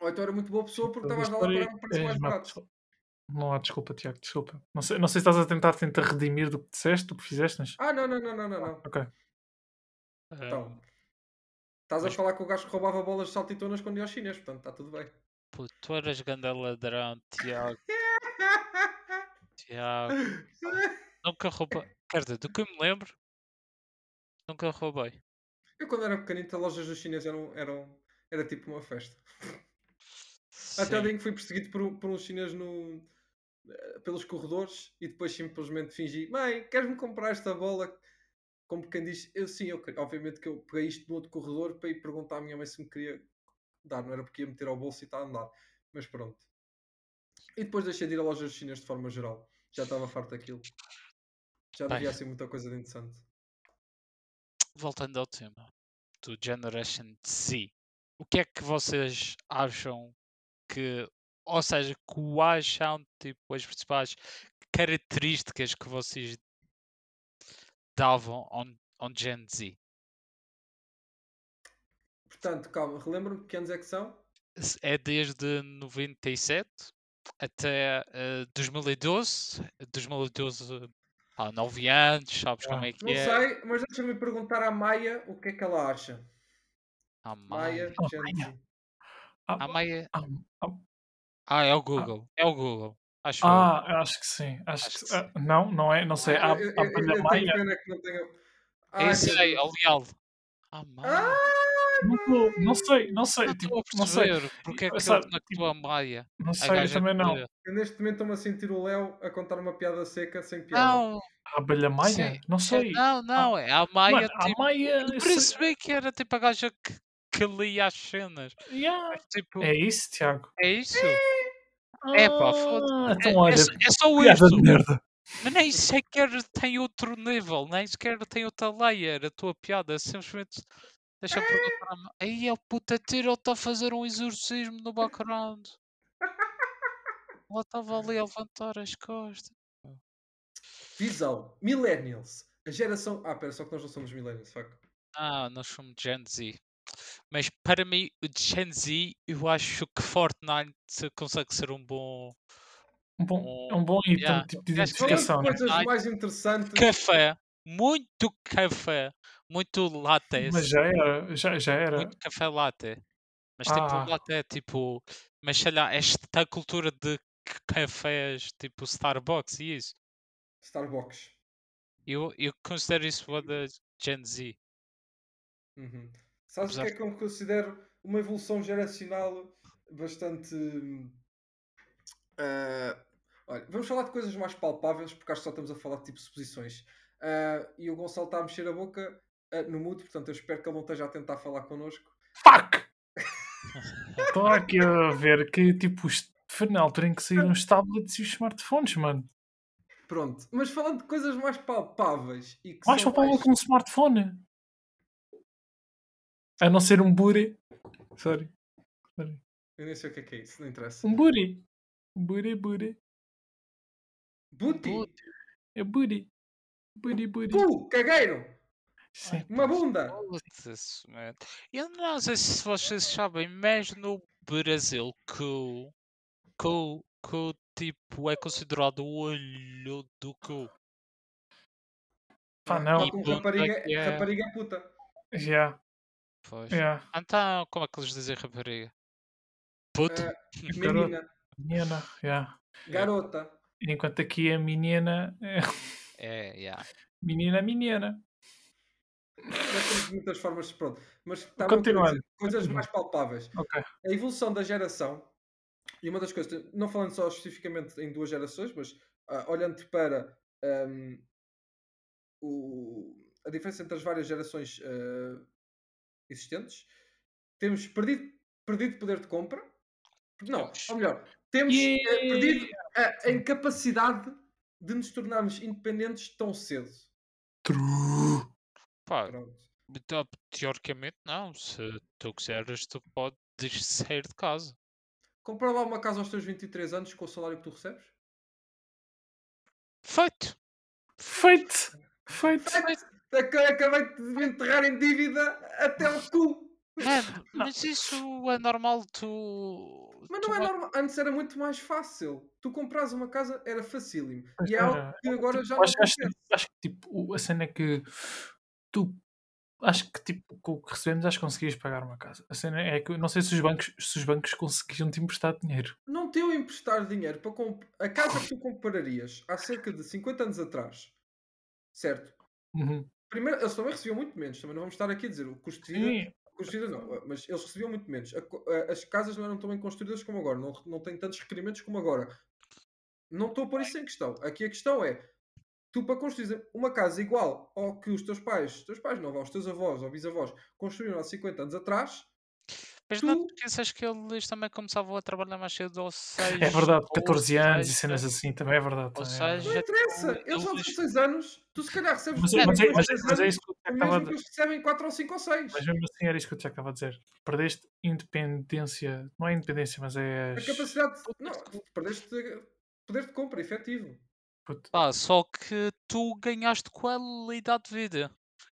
Speaker 2: Ou então era muito boa pessoa porque estava a
Speaker 4: Isto
Speaker 2: ajudá-la
Speaker 4: aí
Speaker 2: para um preço
Speaker 4: és
Speaker 2: mais
Speaker 4: má
Speaker 2: barato.
Speaker 4: pessoa. Não há desculpa, Tiago, desculpa. Não sei, não sei se estás a tentar tentar redimir do que disseste, do que fizeste, mas.
Speaker 2: Ah, não, não, não, não, não. não.
Speaker 4: Ok.
Speaker 2: Então,
Speaker 3: Então.
Speaker 2: estás a
Speaker 3: Mas-
Speaker 2: falar com o gajo que roubava bolas de saltitonas quando ia ao chinês, portanto, está tudo bem.
Speaker 3: Pô, tu eras ganda ladrão, Tiago. Tiago. Nunca roubei. Quer dizer, do que eu me lembro, nunca roubei.
Speaker 2: Eu quando era pequenito, as lojas dos chineses eram, eram, era tipo uma festa. Até o
Speaker 3: Sim.
Speaker 2: dia em que fui perseguido por, um- por uns chineses no, eh, pelos corredores e depois simplesmente fingi, mãe, queres-me comprar esta bola? Como quem diz, eu sim, eu quero. Obviamente que eu peguei isto no outro corredor para ir perguntar à minha mãe se me queria dar, não era porque ia meter ao bolso e está a andar. Mas pronto. E depois deixei de ir a lojas dos chineses de forma geral. Já estava farto daquilo. Já não
Speaker 3: Bem.
Speaker 2: havia assim muita coisa de interessante.
Speaker 3: voltando ao tema do Generation Z, o que é que vocês acham que, ou seja, quais são tipo, as principais características que vocês davam on, on Gen Z?
Speaker 2: Portanto, calma, relembra-me que anos é que são?
Speaker 3: Se- É desde 97 até eh, 2012, 2012 há 9 anos, sabes
Speaker 4: Ah,
Speaker 3: como é que
Speaker 2: Não
Speaker 3: é?
Speaker 2: sei, mas deixa-me perguntar à Maia o que é que ela acha.
Speaker 3: A
Speaker 2: Maia,
Speaker 3: Maia.
Speaker 4: Oh,
Speaker 2: Gen
Speaker 4: Maia.
Speaker 2: Z.
Speaker 3: A
Speaker 4: Ah,
Speaker 3: Maia.
Speaker 4: ah, ah,
Speaker 3: Ah, é o Google. É o Google. Acho eu.
Speaker 4: ah, acho que sim. Acho,
Speaker 3: Acho
Speaker 4: que,
Speaker 3: que sim.
Speaker 4: ah, não, não é, não sei.
Speaker 2: Eu-
Speaker 4: Há
Speaker 2: eu- eu-
Speaker 4: há palha
Speaker 2: eu
Speaker 4: maia.
Speaker 2: tenho pena que não tenho.
Speaker 3: É
Speaker 4: ah,
Speaker 2: Ai,
Speaker 3: isso
Speaker 2: meu
Speaker 3: aí, é
Speaker 2: Deus.
Speaker 3: o Leal. Ah, mano.
Speaker 2: Ai,
Speaker 4: Não, tô- não sei, não sei.
Speaker 3: não
Speaker 4: tipo,
Speaker 3: estou a
Speaker 4: não sei,
Speaker 3: perceber porque é que
Speaker 4: sabe,
Speaker 3: ele
Speaker 4: tipo,
Speaker 3: matou a Maia.
Speaker 4: não
Speaker 3: A
Speaker 4: sei, eu
Speaker 3: gaja
Speaker 4: também não.
Speaker 3: toda.
Speaker 2: eu neste momento estou-me a sentir o Léo a contar uma piada seca sem piada.
Speaker 3: Não,
Speaker 4: Há palha maia?
Speaker 3: Sim,
Speaker 4: Não sei.
Speaker 3: não,
Speaker 4: Ah,
Speaker 3: não, é a Maia.
Speaker 4: Mano, há
Speaker 3: tipo,
Speaker 4: maia.
Speaker 3: eu
Speaker 4: eu sei-
Speaker 3: percebi que era tipo a gaja que, que lia as cenas.
Speaker 4: Yeah.
Speaker 3: Mas, tipo,
Speaker 4: É
Speaker 3: é,
Speaker 4: isso, Tiago?
Speaker 3: isso? É pá, foda-se.
Speaker 4: Ah,
Speaker 3: É,
Speaker 4: Então,
Speaker 3: é,
Speaker 4: olha,
Speaker 3: só- é só
Speaker 4: piada de
Speaker 3: isso.
Speaker 4: merda.
Speaker 3: Mas nem sequer tem outro nível, nem sequer tem outra layer. A tua piada simplesmente. Deixa eu perguntar. à Ma- Aí a puta tira, ele está a fazer um exorcismo no background. Ela estava ali a levantar as costas.
Speaker 2: Visão. Millennials. A geração. Ah, pera, só que nós não somos Millennials, fuck.
Speaker 3: Ah, nós somos Gen Z. Mas para mim, o Gen Z, eu acho que Fortnite consegue ser um bom
Speaker 4: Um bom, é um bom item
Speaker 3: Yeah.
Speaker 4: tipo
Speaker 3: Acho
Speaker 4: de
Speaker 2: é
Speaker 3: que-
Speaker 4: identificação, né?
Speaker 2: coisas
Speaker 3: Ai.
Speaker 2: mais interessantes.
Speaker 3: café. Muito café. Muito latte.
Speaker 4: Mas já era, já, já era.
Speaker 3: Muito café latte. Mas
Speaker 4: É. Ah.
Speaker 3: tipo, latte é tipo. Mas sei lá, esta cultura de c- cafés tipo Starbucks e isso.
Speaker 2: Starbucks.
Speaker 3: Eu, eu considero isso uma da Gen Z.
Speaker 2: Uhum. Sabes o
Speaker 3: Apesar
Speaker 2: que é que eu considero uma evolução geracional bastante. hum, ah, olha, vamos falar de coisas mais palpáveis, porque acho que só estamos a falar de tipo suposições. Ah, e o Gonçalo está a mexer a boca ah, no mudo, portanto eu espero que ele não esteja a tentar falar connosco.
Speaker 4: Fuck! Estou aqui a ver que tipo, os- foi na altura em que saíram os tablets e os smartphones, mano.
Speaker 2: Pronto, mas falando de coisas mais palpáveis e que
Speaker 4: Mais
Speaker 2: são
Speaker 4: palpável que um smartphone. A não ser um booty. Sorry.
Speaker 2: Eu nem sei o que é que é isso, não interessa.
Speaker 4: Um booty. Booty, booty.
Speaker 2: Booty!
Speaker 3: Booty.
Speaker 4: É booty. Booty, booty.
Speaker 2: Cu! Cagueiro!
Speaker 4: Sim.
Speaker 2: Uma bunda!
Speaker 3: Putz, man. Eu não sei se vocês sabem, mas no Brasil que o, que o, que o tipo é considerado o olho do cu.
Speaker 2: Tal
Speaker 4: Pá, não.
Speaker 2: como
Speaker 3: Bunda
Speaker 2: rapariga,
Speaker 3: que é-
Speaker 2: rapariga é puta.
Speaker 4: Já,
Speaker 3: Pois.
Speaker 4: já.
Speaker 3: Então, como é que eles dizem rapariga? Puto?
Speaker 2: Eh,
Speaker 4: Garota.
Speaker 2: Menina,
Speaker 4: Menina, já.
Speaker 2: garota.
Speaker 4: Enquanto aqui é menina, é
Speaker 3: É, yeah.
Speaker 4: menina, menina.
Speaker 2: Já temos muitas formas de pronto. Mas estava
Speaker 4: Continuando.
Speaker 2: a dizer, coisas
Speaker 4: Continuando.
Speaker 2: mais palpáveis.
Speaker 4: Ok.
Speaker 2: A evolução da geração, e uma das coisas, não falando só especificamente em duas gerações, mas ah, olhando para ahm, o- a diferença entre as várias gerações ah, existentes, temos perdido, perdido poder de compra. Não,
Speaker 3: Temos.
Speaker 2: ou melhor, temos
Speaker 4: Yeah.
Speaker 2: eh, perdido a, a incapacidade de nos tornarmos independentes tão cedo.
Speaker 4: True.
Speaker 3: Pá,
Speaker 2: Pronto.
Speaker 3: então, teoricamente não. Se tu quiseres, tu podes sair de casa.
Speaker 2: Comprar lá uma casa aos teus 23 anos com o salário que tu recebes?
Speaker 3: Feito!
Speaker 4: Feito. Feito.
Speaker 2: Ac- Acabei de me enterrar em dívida até o cu!
Speaker 4: É,
Speaker 3: Mano, mas isso é normal tu.
Speaker 2: Mas
Speaker 3: tu
Speaker 2: não é
Speaker 3: vai-
Speaker 2: normal. Antes era muito mais fácil. Tu compras uma casa, era facílimo.
Speaker 4: Pois
Speaker 2: E é algo
Speaker 4: era.
Speaker 2: que agora já
Speaker 4: Tipo,
Speaker 2: não
Speaker 4: acho, acho,
Speaker 2: acontece.
Speaker 4: acho que tipo, o- a cena é que tu acho que tipo, com o que recebemos acho que conseguias pagar uma casa. A cena é que eu não sei se os bancos, se os bancos conseguiam te emprestar dinheiro.
Speaker 2: Não te eu emprestar dinheiro para comp... a casa que tu comprarias há cerca de 50 anos atrás, certo?
Speaker 4: Uhum.
Speaker 2: Primeiro, eles também recebiam muito menos. Também não vamos estar aqui a dizer o custo de vida
Speaker 4: Sim.
Speaker 2: Construídas não, mas eles recebiam muito menos. A co- a- As casas não eram tão bem construídas como agora, não, não têm tantos requerimentos como agora. Não estou a pôr isso em questão. Aqui a questão é: tu para construir uma casa igual ao que os teus pais, os teus pais não, vá, os teus avós ou bisavós construíram há 50 anos atrás,
Speaker 3: Mas não
Speaker 2: tu-
Speaker 3: te esqueças que eles também começavam a trabalhar mais cedo ou seis.
Speaker 4: É verdade,
Speaker 3: ou
Speaker 4: 14 anos e
Speaker 3: seis,
Speaker 4: cenas assim também é verdade.
Speaker 3: Ou
Speaker 4: também é verdade.
Speaker 3: seis,
Speaker 2: não
Speaker 3: já
Speaker 2: interessa.
Speaker 3: tipo,
Speaker 2: Eles aos
Speaker 3: eles-
Speaker 2: 16 anos, tu se calhar recebes
Speaker 4: Mas,
Speaker 2: o
Speaker 4: mas, é,
Speaker 2: mesmo
Speaker 4: mas,
Speaker 2: aos 16
Speaker 4: mas é
Speaker 2: anos,
Speaker 4: isso que eu te
Speaker 2: o
Speaker 4: acaba
Speaker 2: mesmo que
Speaker 4: de,
Speaker 2: eles recebem 4 ou 5 ou 6.
Speaker 4: mas mesmo assim era isso que eu te acaba de dizer. Perdeste independência, não é independência, mas é
Speaker 2: A
Speaker 4: as-
Speaker 2: capacidade. Não, perdeste poder de compra, efetivo.
Speaker 4: puto,
Speaker 3: Pá, só que tu ganhaste qualidade de vida.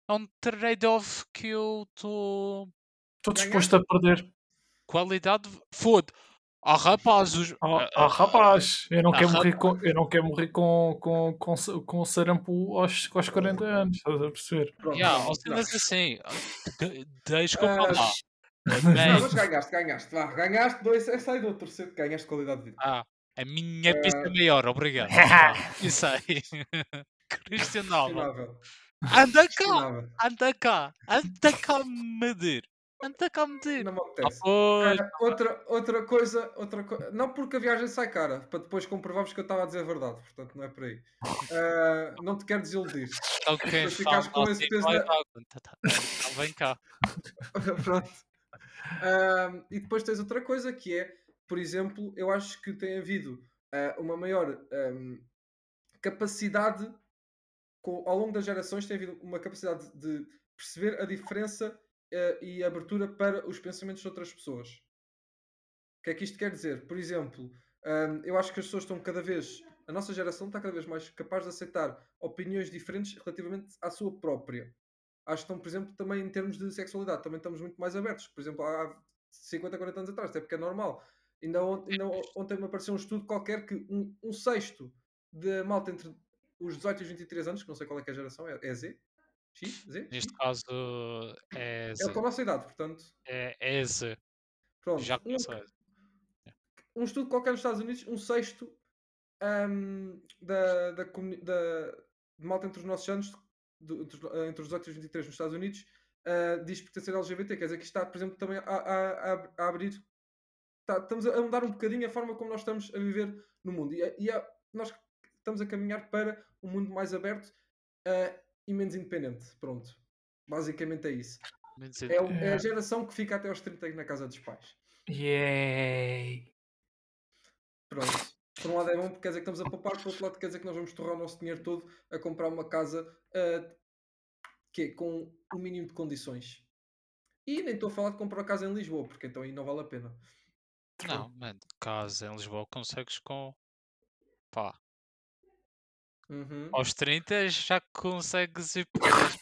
Speaker 3: É um trade-off que eu estou.
Speaker 4: estou disposto a perder.
Speaker 3: Qualidade. de- Foda! Ah, rapazes!
Speaker 4: Oh,
Speaker 3: Ah,
Speaker 4: oh, rapaz, eu não,
Speaker 3: Ah,
Speaker 4: quero morrer com, eu não quero morrer com, com, com, sa- com sarampo aos, aos 40 anos, estás a perceber?
Speaker 2: Pronto.
Speaker 3: yeah,
Speaker 2: não,
Speaker 3: ou
Speaker 2: não.
Speaker 3: cenas assim. ah, de- Deixa que eu
Speaker 2: Ah,
Speaker 3: falar.
Speaker 2: Não,
Speaker 3: Mas,
Speaker 2: mas ganhaste, ganhaste, vá, ganhaste dois, é sai do terceiro, ganhaste qualidade de vida.
Speaker 3: ah, a minha pista
Speaker 2: Ah.
Speaker 3: é maior, obrigado. Ah, Isso aí. Cristiano Ronaldo,
Speaker 2: Estimável,
Speaker 3: Anda cá!
Speaker 2: estimável.
Speaker 3: Anda cá, anda cá medir. Anda cá medir.
Speaker 2: Não me
Speaker 3: Ah,
Speaker 2: apetece.
Speaker 3: pois.
Speaker 2: Ah, outra, outra coisa, outra co- não porque a viagem sai cara, para depois comprovarmos que eu estava a dizer a verdade, portanto não é por aí. Ah, não te quero desiludir.
Speaker 3: Então quem
Speaker 2: se
Speaker 3: fala
Speaker 2: ficares com esse
Speaker 3: assim,
Speaker 2: peso
Speaker 3: vai
Speaker 2: na-
Speaker 3: lá, tá, tá, tá, Vem cá.
Speaker 2: Pronto. Ah, e depois tens outra coisa que é, por exemplo, eu acho que tem havido ah, uma maior ahm, capacidade com- ao longo das gerações tem havido uma capacidade de perceber a diferença eh, e abertura para os pensamentos de outras pessoas. O que é que isto quer dizer? Por exemplo, hum, eu acho que as pessoas estão cada vez a nossa geração está cada vez mais capaz de aceitar opiniões diferentes relativamente à sua própria. Acho que estão, por exemplo, também em termos de sexualidade, também estamos muito mais abertos. Por exemplo, há 50, 40 anos atrás, até porque é normal. Ainda ontem, ainda ontem me apareceu um estudo qualquer que um, um sexto da malta entre os 18 e os 23 anos, que não sei qual é que é a geração, é, é Z? X? Z?
Speaker 3: Neste caso é
Speaker 2: É
Speaker 3: Z.
Speaker 2: com a nossa idade, portanto.
Speaker 3: É, é Z.
Speaker 2: Pronto.
Speaker 3: Já
Speaker 2: um,
Speaker 3: começou.
Speaker 2: um estudo qualquer nos Estados Unidos, um sexto ahm, da, da, comuni- da- de malta entre os nossos anos, do- entre, os- ah, entre os 18 e os 23 nos Estados Unidos, ah, diz pertencer ao LGBT. Quer dizer que isto está, por exemplo, também a, a- a- a abrir. tá- estamos a mudar um bocadinho a forma como nós estamos a viver no mundo. E, é- e é- nós estamos a caminhar para um mundo mais aberto ah, e menos independente. Pronto. Basicamente é isso.
Speaker 3: Menos
Speaker 2: É, o-
Speaker 3: independente.
Speaker 2: é a geração que fica até aos 30 na casa dos pais.
Speaker 4: Yay!
Speaker 2: Pronto. Por um lado é bom porque quer dizer que estamos a poupar, por outro lado quer dizer que nós vamos torrar o nosso dinheiro todo a comprar uma casa ah, que é com o mínimo de condições. E nem estou a falar de comprar casa em Lisboa, porque então aí não vale a pena.
Speaker 3: Não, mano, casa em Lisboa consegues com. Pá,
Speaker 2: Uhum.
Speaker 3: aos 30 já consegues ir.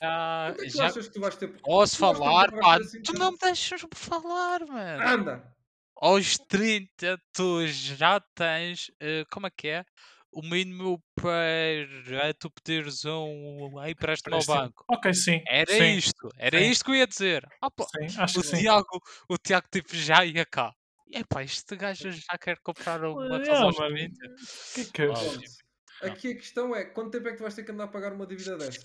Speaker 3: Já.
Speaker 2: Quanto é que tu
Speaker 3: já
Speaker 2: achas que tu vais ter?
Speaker 3: posso
Speaker 2: tu achas que eu
Speaker 3: falar,
Speaker 2: vou
Speaker 3: pá.
Speaker 2: fazer assim Ah.
Speaker 3: Tu
Speaker 2: tanto?
Speaker 3: não me deixas falar, mano.
Speaker 4: Ah,
Speaker 2: Anda!
Speaker 3: aos 30 tu já tens, eh, como é que é? O mínimo para eh, tu pederes um empréstimo ao
Speaker 4: Empréstimo.
Speaker 3: banco.
Speaker 4: Ok, sim.
Speaker 3: Era
Speaker 4: sim,
Speaker 3: isto, era
Speaker 4: sim.
Speaker 3: isto que eu ia dizer. Ah, pá,
Speaker 4: Sim, acho
Speaker 3: o,
Speaker 4: que sim.
Speaker 3: Tiago, o Tiago tipo já ia cá. Epá, este gajo já quer comprar uma
Speaker 4: É,
Speaker 3: casa aos
Speaker 4: mano.
Speaker 3: 30.
Speaker 4: Que é que é?
Speaker 3: Ah,
Speaker 2: Pronto.
Speaker 3: não.
Speaker 2: Aqui a questão é quanto tempo é que tu vais ter que andar a pagar uma dívida dessa?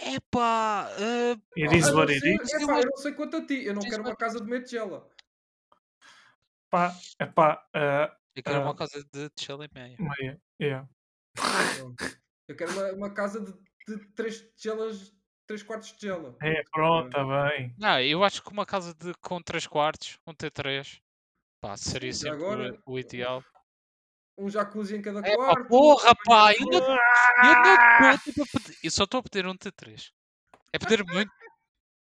Speaker 3: Epá, eh,
Speaker 4: It is
Speaker 2: A não
Speaker 4: what it
Speaker 2: ser-
Speaker 4: is.
Speaker 3: is.
Speaker 2: epá, eu não sei quanto a ti, eu não
Speaker 3: Diz
Speaker 2: quero uma casa de Metgela.
Speaker 4: Pá, é pá. ah,
Speaker 3: eu quero
Speaker 4: Ah.
Speaker 3: uma casa de Chile e meia.
Speaker 4: Maria, yeah.
Speaker 2: Pronto. Eu quero uma, uma casa de, de 3 tigelas, 3 quartos de tigela.
Speaker 4: É, pronto, tá bem.
Speaker 3: Não, eu acho que uma casa de, com 3 quartos, um T3, pá, seria
Speaker 2: já
Speaker 3: sempre
Speaker 2: agora-
Speaker 3: o ideal.
Speaker 2: um jacuzzi em cada
Speaker 3: É pá,
Speaker 2: quarto. é
Speaker 3: porra, pá, eu não, eu
Speaker 4: Ah!
Speaker 3: não tô- tipo, a pedir- eu só estou a pedir um T3. É pedir muito,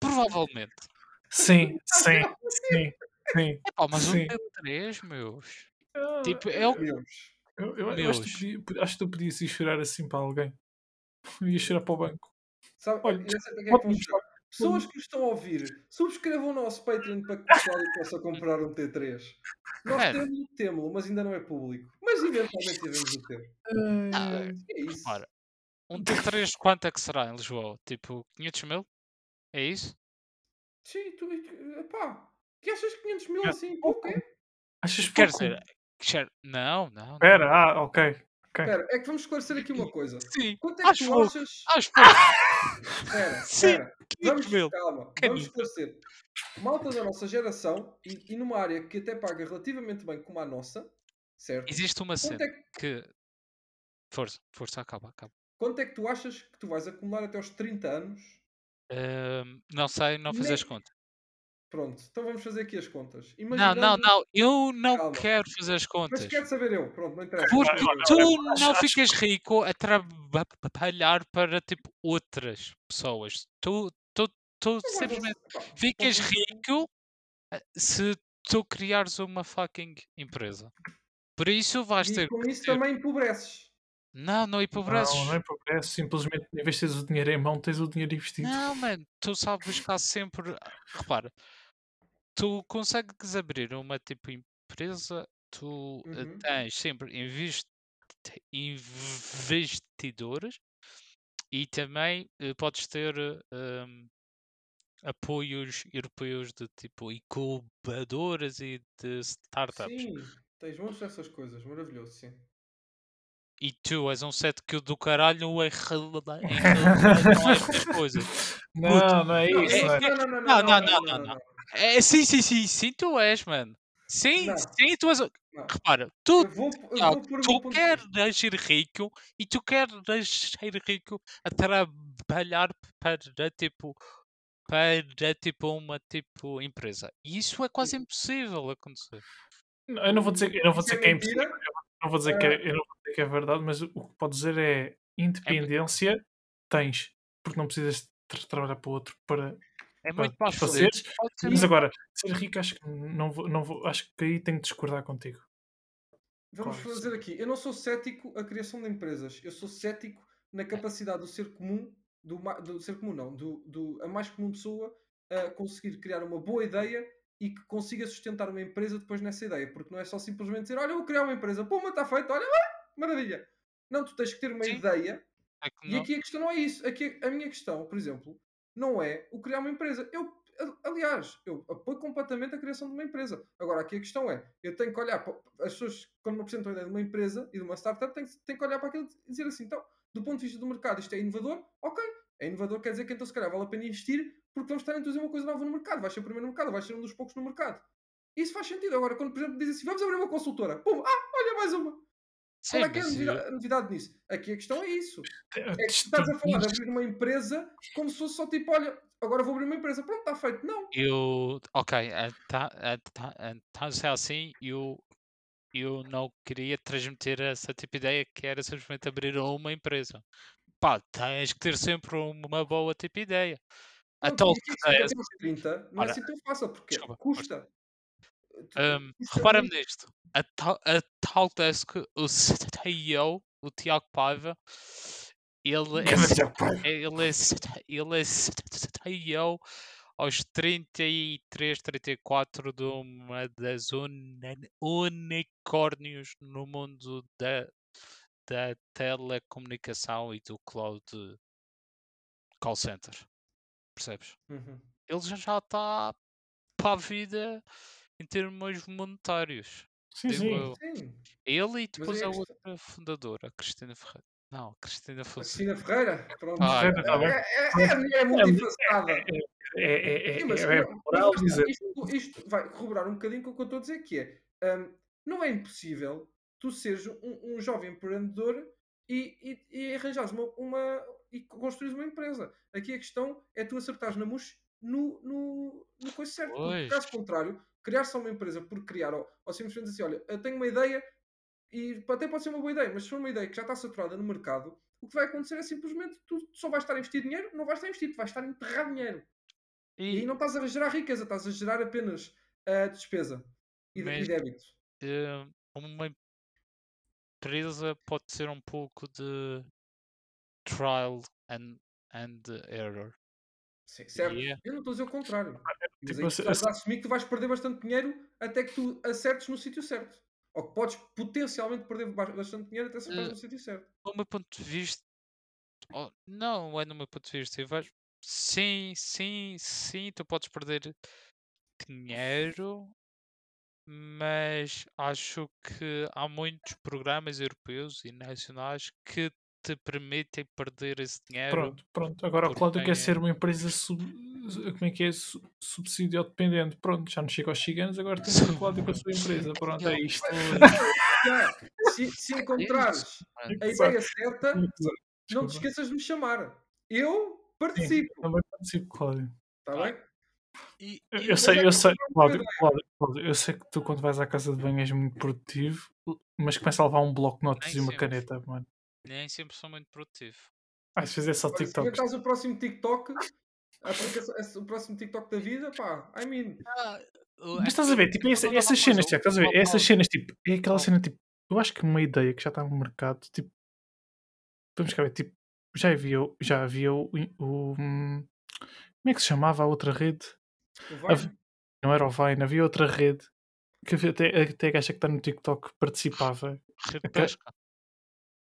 Speaker 3: provavelmente.
Speaker 4: Sim, sim, sim, sim.
Speaker 3: É pá, mas um
Speaker 4: Sim.
Speaker 3: T3, meus.
Speaker 2: Ah,
Speaker 3: Tipo, é o
Speaker 2: Deus.
Speaker 4: Eu, eu- eu acho, que tu podia- acho que tu podias ir chorar assim para alguém. Ia chorar para o banco.
Speaker 2: Sabe,
Speaker 4: Olha,
Speaker 2: eu não sei para que é que vão
Speaker 4: Pode-me
Speaker 2: chegar. Pessoas que nos estão a ouvir, subscrevam o nosso Patreon para que o Cláudio possa comprar um T3. Nós
Speaker 3: Mano.
Speaker 2: temos o temo, mas ainda não é público. Mas eventualmente devemos o ter.
Speaker 4: chorar.
Speaker 3: Ah,
Speaker 2: É isso.
Speaker 3: Repara, um T3 quanto é que será em Lisboa? Tipo, 500 mil? É isso?
Speaker 2: Sim, tu, tu- epá, que achas que 500 mil
Speaker 4: É.
Speaker 2: assim? pouco é?
Speaker 4: Achas
Speaker 3: Quer
Speaker 4: pouco?
Speaker 3: dizer, quer- não, não. não.
Speaker 4: Espera, ah, ok.
Speaker 2: Espera, é que vamos esclarecer aqui uma coisa.
Speaker 3: Sim,
Speaker 2: Quanto é que
Speaker 3: Acho
Speaker 2: tu
Speaker 3: pouco.
Speaker 2: achas?
Speaker 3: acho que
Speaker 2: Espera,
Speaker 3: Sim.
Speaker 2: espera. Vamos,
Speaker 3: 500 mil.
Speaker 2: calma,
Speaker 3: Que
Speaker 2: vamos
Speaker 3: isso?
Speaker 2: esclarecer. Malta da nossa geração e, e numa área que até paga relativamente bem como a nossa, certo?
Speaker 3: Existe uma
Speaker 2: Quanto
Speaker 3: cena
Speaker 2: é, que,
Speaker 3: que. Força, força, acaba, acaba.
Speaker 2: quanto é que tu achas que tu vais acumular até aos 30 anos?
Speaker 3: Ahm, não sei, não fiz as
Speaker 2: Nem-
Speaker 3: contas.
Speaker 2: Pronto, então vamos fazer aqui as contas.
Speaker 3: Não,
Speaker 2: Imaginando,
Speaker 3: não, não. Eu não
Speaker 2: um Calma.
Speaker 3: quero fazer as
Speaker 2: Mas
Speaker 3: contas.
Speaker 2: quero saber eu, pronto, não interessa.
Speaker 3: Porque
Speaker 4: Olha, olha,
Speaker 3: tu
Speaker 4: olha, acho-
Speaker 3: não
Speaker 4: acho que-
Speaker 3: ficas rico a trabalhar para tipo outras pessoas. Tu, tu, tu
Speaker 2: Não vais
Speaker 3: simplesmente
Speaker 2: ao- pá,
Speaker 3: ficas
Speaker 2: pouco-
Speaker 3: rico eh, se tu criares uma fucking empresa. Por isso vais
Speaker 2: E
Speaker 3: ter
Speaker 2: com
Speaker 3: que
Speaker 2: isso
Speaker 3: ter-
Speaker 2: também empobreces.
Speaker 3: Não, não empobreces.
Speaker 4: Não, não é progresso. Simplesmente, em vez de teres o dinheiro em mão, tens o dinheiro
Speaker 2: Tipo,
Speaker 4: investido.
Speaker 3: Não, mano, tu sabes buscar sempre. Repara, tu consegues abrir uma tipo empresa, tu eh,
Speaker 2: Uhum.
Speaker 3: tens sempre invest... investidores e também eh, podes ter eh, um, apoios europeus de tipo incubadoras e de startups.
Speaker 2: Sim, tens muitas dessas coisas, maravilhoso, sim.
Speaker 3: E tu és um set que do caralho é em rela- em relação a estas coisas.
Speaker 4: Não, não é
Speaker 2: Não,
Speaker 4: isso. Não
Speaker 2: é-
Speaker 4: é.
Speaker 2: não, não, não,
Speaker 3: Não, não,
Speaker 2: não,
Speaker 3: não, não, É, sim, sim, sim, sim, tu és, mano. Sim,
Speaker 2: Não.
Speaker 3: sim, tu és. o-
Speaker 2: não.
Speaker 3: Repara, tu,
Speaker 2: Eu vou, eu
Speaker 3: Tiago,
Speaker 2: vou pôr o meu
Speaker 3: tu
Speaker 2: ponto de
Speaker 3: queres
Speaker 2: vista.
Speaker 3: ser rico e tu queres ser rico a trabalhar para tipo para tipo uma tipo empresa. E isso é quase impossível acontecer.
Speaker 4: Não, Eu não vou dizer, eu não vou
Speaker 2: Isso é
Speaker 4: dizer que é impossível.
Speaker 2: mentira? Ah.
Speaker 4: eu Não vou dizer que é, eu não vou dizer que é verdade, mas o que pode dizer é independência tens, porque não precisas tra- trabalhar para outro para,
Speaker 3: É
Speaker 4: para,
Speaker 3: muito mais
Speaker 4: para
Speaker 3: fácil.
Speaker 4: seres.
Speaker 3: um
Speaker 4: Mas agora, ser rico acho que não vou, não vou acho que aí tenho que discordar contigo.
Speaker 2: Vamos
Speaker 4: Claro,
Speaker 2: fazer aqui. Eu não sou cético à criação de empresas. Eu sou cético na capacidade do ser comum, do, ma- do ser comum não, do, do- a mais comum pessoa a conseguir criar uma boa ideia e que consiga sustentar uma empresa depois nessa ideia. Porque não é só simplesmente dizer, olha, eu vou criar uma empresa. Pô, mas está feito, olha, ah, maravilha. Não, tu tens que ter uma
Speaker 3: Sim.
Speaker 2: ideia
Speaker 3: É que
Speaker 2: e
Speaker 3: não-
Speaker 2: aqui a questão não é isso. Aqui a minha questão, por exemplo, não é o criar uma empresa. Eu, a- aliás, eu apoio completamente a criação de uma empresa. Agora, aqui a questão é, eu tenho que olhar para as pessoas quando me apresentam a ideia de uma empresa e de uma startup, tenho, que- tenho que olhar para aquilo e dizer assim, então, do ponto de vista do mercado, isto é inovador, ok. É inovador, quer dizer que então se calhar vale a pena investir porque vamos estar a introduzir uma coisa nova no mercado. Vais ser o primeiro no mercado, vais ser um dos poucos no mercado. Isso faz sentido. Agora, quando, por exemplo, dizem assim, vamos abrir uma consultora. Pum, ah, olha mais uma.
Speaker 3: Sim,
Speaker 2: Qual é que é a
Speaker 3: mas, eh,
Speaker 2: novidade, novidade nisso? Aqui a questão é isso.
Speaker 4: É
Speaker 2: É que estás a falar de abrir uma empresa como se fosse só tipo, olha, agora vou abrir uma empresa, pronto, está feito. Não.
Speaker 3: Eu, ok, então, então, então se é assim, eu, eu não queria transmitir essa tipo de ideia que era simplesmente abrir uma empresa. Pá, tens que ter sempre uma boa tipo de ideia.
Speaker 2: Pronto,
Speaker 3: Então,
Speaker 2: e aqui
Speaker 3: eh,
Speaker 2: isto até aos 30, não é
Speaker 3: Ora,
Speaker 2: assim tão fácil, porque
Speaker 3: desculpa,
Speaker 2: custa.
Speaker 3: Ahm,
Speaker 2: Isso é
Speaker 3: Repara-me
Speaker 2: muito-
Speaker 3: nisto. A tal, a tal desk, o CEO, o Tiago Paiva, ele é,
Speaker 4: Grande
Speaker 3: C-
Speaker 4: Tiago Paiva.
Speaker 3: ele é, C- ele é C- CEO aos 33, 34 de uma das uni- unicórnios no mundo da, da telecomunicação e do cloud call center. Percebes?
Speaker 2: Uhum.
Speaker 3: Ele já já está para a vida em termos monetários.
Speaker 4: Sim,
Speaker 3: Digo
Speaker 4: sim.
Speaker 3: eu.
Speaker 2: Sim.
Speaker 3: Ele
Speaker 2: Mas
Speaker 3: e depois
Speaker 2: é
Speaker 3: a
Speaker 2: a questão-
Speaker 3: outra fundadora, a Cristina Ferreira. Não, Cristina
Speaker 2: A
Speaker 3: Fonseca.
Speaker 2: Cristina Ferreira, pronto.
Speaker 3: Ah,
Speaker 4: Ferreira, tá
Speaker 2: É,
Speaker 4: bem.
Speaker 2: é, é a mulher multifacetada.
Speaker 4: É, é, é,
Speaker 2: Sim, mas,
Speaker 4: é, é,
Speaker 2: não,
Speaker 4: moral
Speaker 2: mas
Speaker 4: dizer.
Speaker 2: isto, isto- isto vai corroborar um bocadinho com o que eu estou a dizer, que é hum, não é impossível tu seres um, um jovem empreendedor e, e, e arranjares uma, uma- e construires uma empresa. Aqui a questão é tu acertares na mousse no, no, no coisa certo. Porque,
Speaker 3: Pois.
Speaker 2: caso contrário, criar só uma empresa por criar, ou, ou simplesmente assim, olha, eu tenho uma ideia e até pode ser uma boa ideia, mas se for uma ideia que já está saturada no mercado, o que vai acontecer é simplesmente tu só vais estar a investir dinheiro, não vais estar a investir, tu vais estar a enterrar dinheiro. E aí
Speaker 3: E,
Speaker 2: não estás a gerar riqueza, estás a gerar apenas a despesa e, de- e
Speaker 3: Mas-
Speaker 2: débito.
Speaker 3: eh, uma empresa pode ser um pouco de trial and, and error.
Speaker 2: Sim, certo?
Speaker 3: Yeah.
Speaker 2: Eu não estou a dizer o contrário. Mas
Speaker 4: Tipo,
Speaker 2: aí tu
Speaker 4: se-
Speaker 2: estás
Speaker 4: se-
Speaker 2: a assumir que tu vais perder bastante dinheiro até que tu acertes no sítio certo. Ou que podes potencialmente perder ba- bastante dinheiro até acertar
Speaker 3: Eh,
Speaker 2: no sítio certo.
Speaker 3: Do meu ponto de vista. oh, não, é no meu ponto de vista. eu vejo- Sim, sim, sim, tu podes perder dinheiro, mas acho que há muitos programas europeus e nacionais que te permitem perder esse dinheiro.
Speaker 4: Pronto, pronto. Agora o
Speaker 3: Porque
Speaker 4: Cláudio
Speaker 3: tem,
Speaker 4: quer ser uma empresa sub... como é que é? Su- Subsídio dependente. Pronto, já não chega aos chiganos, agora tem o Cláudio com a sua empresa. Pronto, é isto.
Speaker 2: Já, se, se encontrares
Speaker 3: mano.
Speaker 2: a ideia certa, não te
Speaker 4: Desculpa.
Speaker 2: esqueças de me chamar. Eu participo.
Speaker 4: Também participo, Cláudio.
Speaker 2: Está bem?
Speaker 3: E,
Speaker 4: Eu,
Speaker 3: e
Speaker 4: eu sei, eu sei,
Speaker 2: boa
Speaker 4: Cláudio, Cláudio, Cláudio, eu sei que tu quando vais à casa de banho és muito produtivo, mas começa a levar um bloco de notas
Speaker 3: Nem
Speaker 4: e uma
Speaker 3: sempre.
Speaker 4: caneta, mano.
Speaker 3: nem sempre sou muito produtivo.
Speaker 4: Às vezes é só
Speaker 2: Olha, se
Speaker 4: TikToks.
Speaker 2: inventares o próximo TikTok, a aplicação- esse- o próximo TikTok da vida, pá, I mean. é
Speaker 3: É
Speaker 4: Mas estás a ver, tipo, essa-
Speaker 3: um
Speaker 4: essas cenas, Tiago, estás a ver? Essas cenas, tipo, é aquela
Speaker 3: pausa.
Speaker 4: cena, tipo, eu acho que uma ideia que já está no mercado, tipo, vamos cá ver, tipo, já havia, o- já havia o, o- hum, Como é que se chamava a outra rede?
Speaker 2: não vai?
Speaker 4: Hav- Não era o Vine, havia outra rede que havia até, até a gaja que está no TikTok que participava.
Speaker 3: Rede
Speaker 4: Até-
Speaker 3: pesca.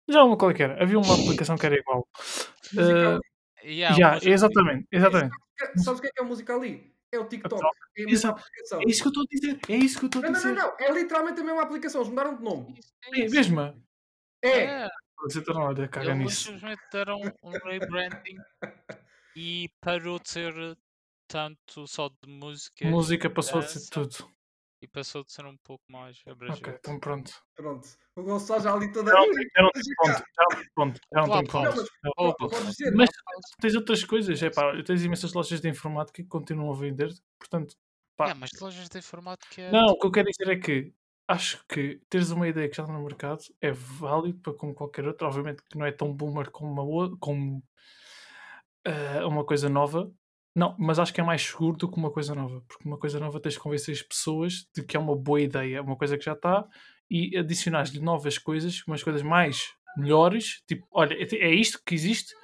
Speaker 4: Já uma qual é que era? Havia uma aplicação que era igual.
Speaker 2: Musical.ly.
Speaker 3: E há
Speaker 4: Ah, já,
Speaker 3: umas-
Speaker 4: exatamente, exatamente.
Speaker 2: É, Sabes o que é, que é a música ali? É o TikTok. É a mesma
Speaker 4: Exato.
Speaker 2: aplicação.
Speaker 4: É isso que eu estou a dizer. É isso que eu estou a
Speaker 2: Não, não,
Speaker 4: dizer.
Speaker 2: não, não. É literalmente a mesma aplicação. Eles mudaram de nome.
Speaker 4: É a mesma.
Speaker 2: É.
Speaker 3: É,
Speaker 4: Você está na hora, caga
Speaker 3: eles
Speaker 4: nisso.
Speaker 3: simplesmente deram um rebranding e parou de ser tanto só de música
Speaker 4: Música passou a ser
Speaker 2: é
Speaker 3: dança.
Speaker 4: tudo.
Speaker 3: e passou de ser um pouco mais abrangente.
Speaker 4: Ok, então pronto.
Speaker 2: Pronto. O Gonçalo já ali toda.
Speaker 4: Já não tem- já não tem ponto. Já não tem ponto. Já não tem
Speaker 3: Claro, claro.
Speaker 4: ponto. Já-
Speaker 2: Pô,
Speaker 3: Opa,
Speaker 2: Podes dizer.
Speaker 4: é Mas tu tens outras coisas. É pá, tens imensas lojas de informática que continuam a vender. Portanto, pá.
Speaker 3: é, mas lojas de informática.
Speaker 4: Não, o que eu quero dizer é que acho que teres uma ideia que já está no mercado é válido para como qualquer outra. Obviamente que não é tão boomer como uma, ou- como, ah, uma coisa nova. Não, mas acho que é mais seguro do que uma é coisa nova, porque uma coisa nova tens de convencer as pessoas de que é uma boa ideia, uma coisa que já está e adicionares-lhe novas coisas, umas coisas mais melhores, tipo, olha, é é isto que existe,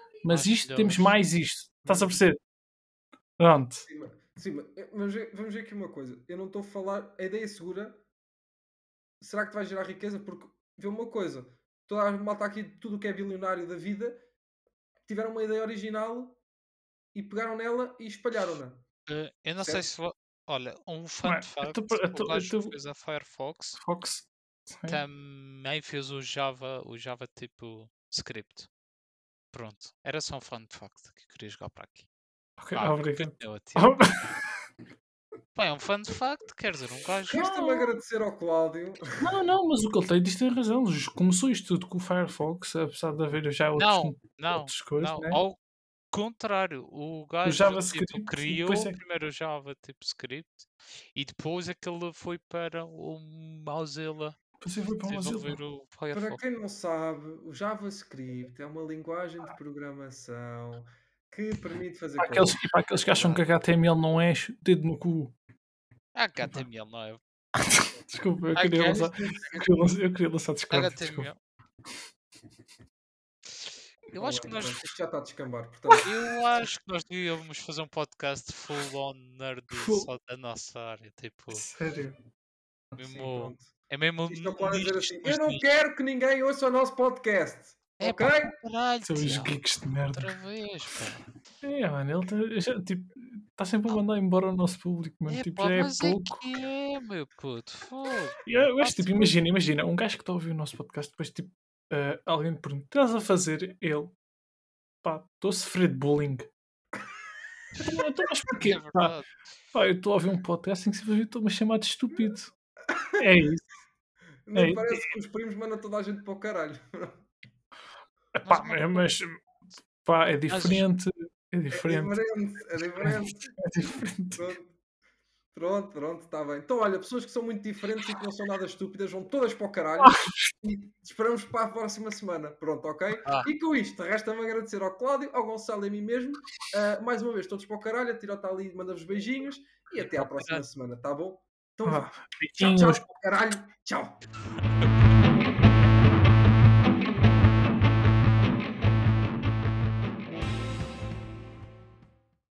Speaker 3: Mais
Speaker 4: mas isto,
Speaker 3: melhores.
Speaker 4: temos
Speaker 3: Uhum.
Speaker 4: mais isto. Estás a perceber? Pronto.
Speaker 2: Sim, mas- sim, mas eh, vamos ver, vamos ver aqui uma coisa. Eu não estou a falar. A ideia é segura. Será que te vai gerar riqueza? Porque vê uma coisa. Toda a malta aqui, de tudo o que é bilionário da vida, tiveram uma ideia original e pegaram nela e espalharam-na.
Speaker 3: Eh, eu não sei se. vo- Olha, um fun
Speaker 4: Ué, é, eu
Speaker 3: fact:
Speaker 4: tô- eu tô-
Speaker 3: o
Speaker 4: eu
Speaker 3: gajo
Speaker 4: tô-
Speaker 3: que fez a Firefox
Speaker 4: Fox. Sim.
Speaker 3: Tá. também fez o Java, o Java tipo script. Pronto, era só um fun fact que eu queria jogar para aqui.
Speaker 4: Ok,
Speaker 3: Ah,
Speaker 4: obrigado.
Speaker 3: eu a ti. Bem, é um fun fact, quer dizer, um gajo.
Speaker 2: Resta-me agradecer ao Cláudio.
Speaker 4: Não, não, mas o que ele tem diz tem razão. Começou isto tudo com o Firefox, apesar de haver já outros,
Speaker 3: Não, não,
Speaker 4: outras coisas,
Speaker 3: não,
Speaker 4: né?
Speaker 3: ao contrário, o gajo
Speaker 4: JavaScript e
Speaker 3: tipo, criou
Speaker 4: depois é-
Speaker 3: primeiro o Java tipo script e depois é que ele foi para o Mozilla
Speaker 4: Depois eu vou para o Mozilla.
Speaker 3: desenvolver o
Speaker 2: Para
Speaker 3: Firefox.
Speaker 2: quem não sabe, o JavaScript é uma linguagem
Speaker 3: Ah.
Speaker 2: de programação que permite fazer
Speaker 4: Para
Speaker 2: coisas.
Speaker 4: aqueles, e para aqueles que acham que HTML não é chu- dedo no cu.
Speaker 3: HTML não é?
Speaker 4: Desculpa, eu
Speaker 3: Ah,
Speaker 4: queria
Speaker 3: queres?
Speaker 4: lançar, eu queria lançar, eu queria lançar Discord. desculpa.
Speaker 3: HTML. Eu acho que
Speaker 2: Olha,
Speaker 3: nós
Speaker 2: pronto, isto já está a descambar, portanto.
Speaker 3: Eu acho que nós devíamos fazer um podcast full on nerd
Speaker 4: Full-
Speaker 3: só da nossa área. Tipo,
Speaker 4: Sério.
Speaker 2: Sim,
Speaker 3: mesmo,
Speaker 2: pronto.
Speaker 3: é mesmo.
Speaker 2: Isto não
Speaker 3: um
Speaker 2: pode dizer
Speaker 3: nicho
Speaker 2: assim.
Speaker 3: dos
Speaker 2: Eu não
Speaker 3: nichos."
Speaker 2: quero que ninguém ouça o nosso podcast.
Speaker 3: É,
Speaker 2: ok?
Speaker 3: pá, Caralho,
Speaker 4: São os
Speaker 3: Tiago,
Speaker 4: geeks de merda.
Speaker 3: outra vez, pá.
Speaker 4: É, mano, ele tá- já, tipo, está sempre a mandar embora o nosso público, mano.
Speaker 3: É,
Speaker 4: tipo,
Speaker 3: pá,
Speaker 4: já é
Speaker 3: mas
Speaker 4: pouco.
Speaker 3: é que é, meu puto. Fogo.
Speaker 4: E Eu, eu acho,
Speaker 3: Nossa,
Speaker 4: tipo, imagina, imagina, um gajo que está a ouvir o nosso podcast, depois, tipo, eh, alguém te pergunta, estás a fazer? Ele, pá, estou a sofrer de bullying. Não, então, mas porquê?
Speaker 3: É
Speaker 4: Pá,
Speaker 3: verdade.
Speaker 4: pá, eu estou a ouvir um podcast em que simplesmente estou-me a chamar de estúpido. É isso.
Speaker 2: Não
Speaker 4: É,
Speaker 2: parece que os primos mandam toda a gente para o caralho.
Speaker 3: É
Speaker 4: É Pá,
Speaker 3: uma
Speaker 4: mas, pá, é diferente. É
Speaker 2: É
Speaker 4: diferente.
Speaker 2: diferente, é diferente.
Speaker 4: É diferente.
Speaker 2: Pronto. Pronto, pronto, está bem. Então, olha, pessoas que são muito diferentes e que não são nada estúpidas vão todas para o caralho e esperamos para a próxima semana. Pronto, ok?
Speaker 3: Ah.
Speaker 2: E com isto, resta-me agradecer ao Cláudio, ao Gonçalo e a mim mesmo. Ah, mais uma vez, todos para o caralho, a Tirota ali manda-vos beijinhos e até à próxima semana, tá bom? Então,
Speaker 4: Ah,
Speaker 2: vá. tchau, tchau,
Speaker 4: beijinhos.
Speaker 2: caralho, tchau.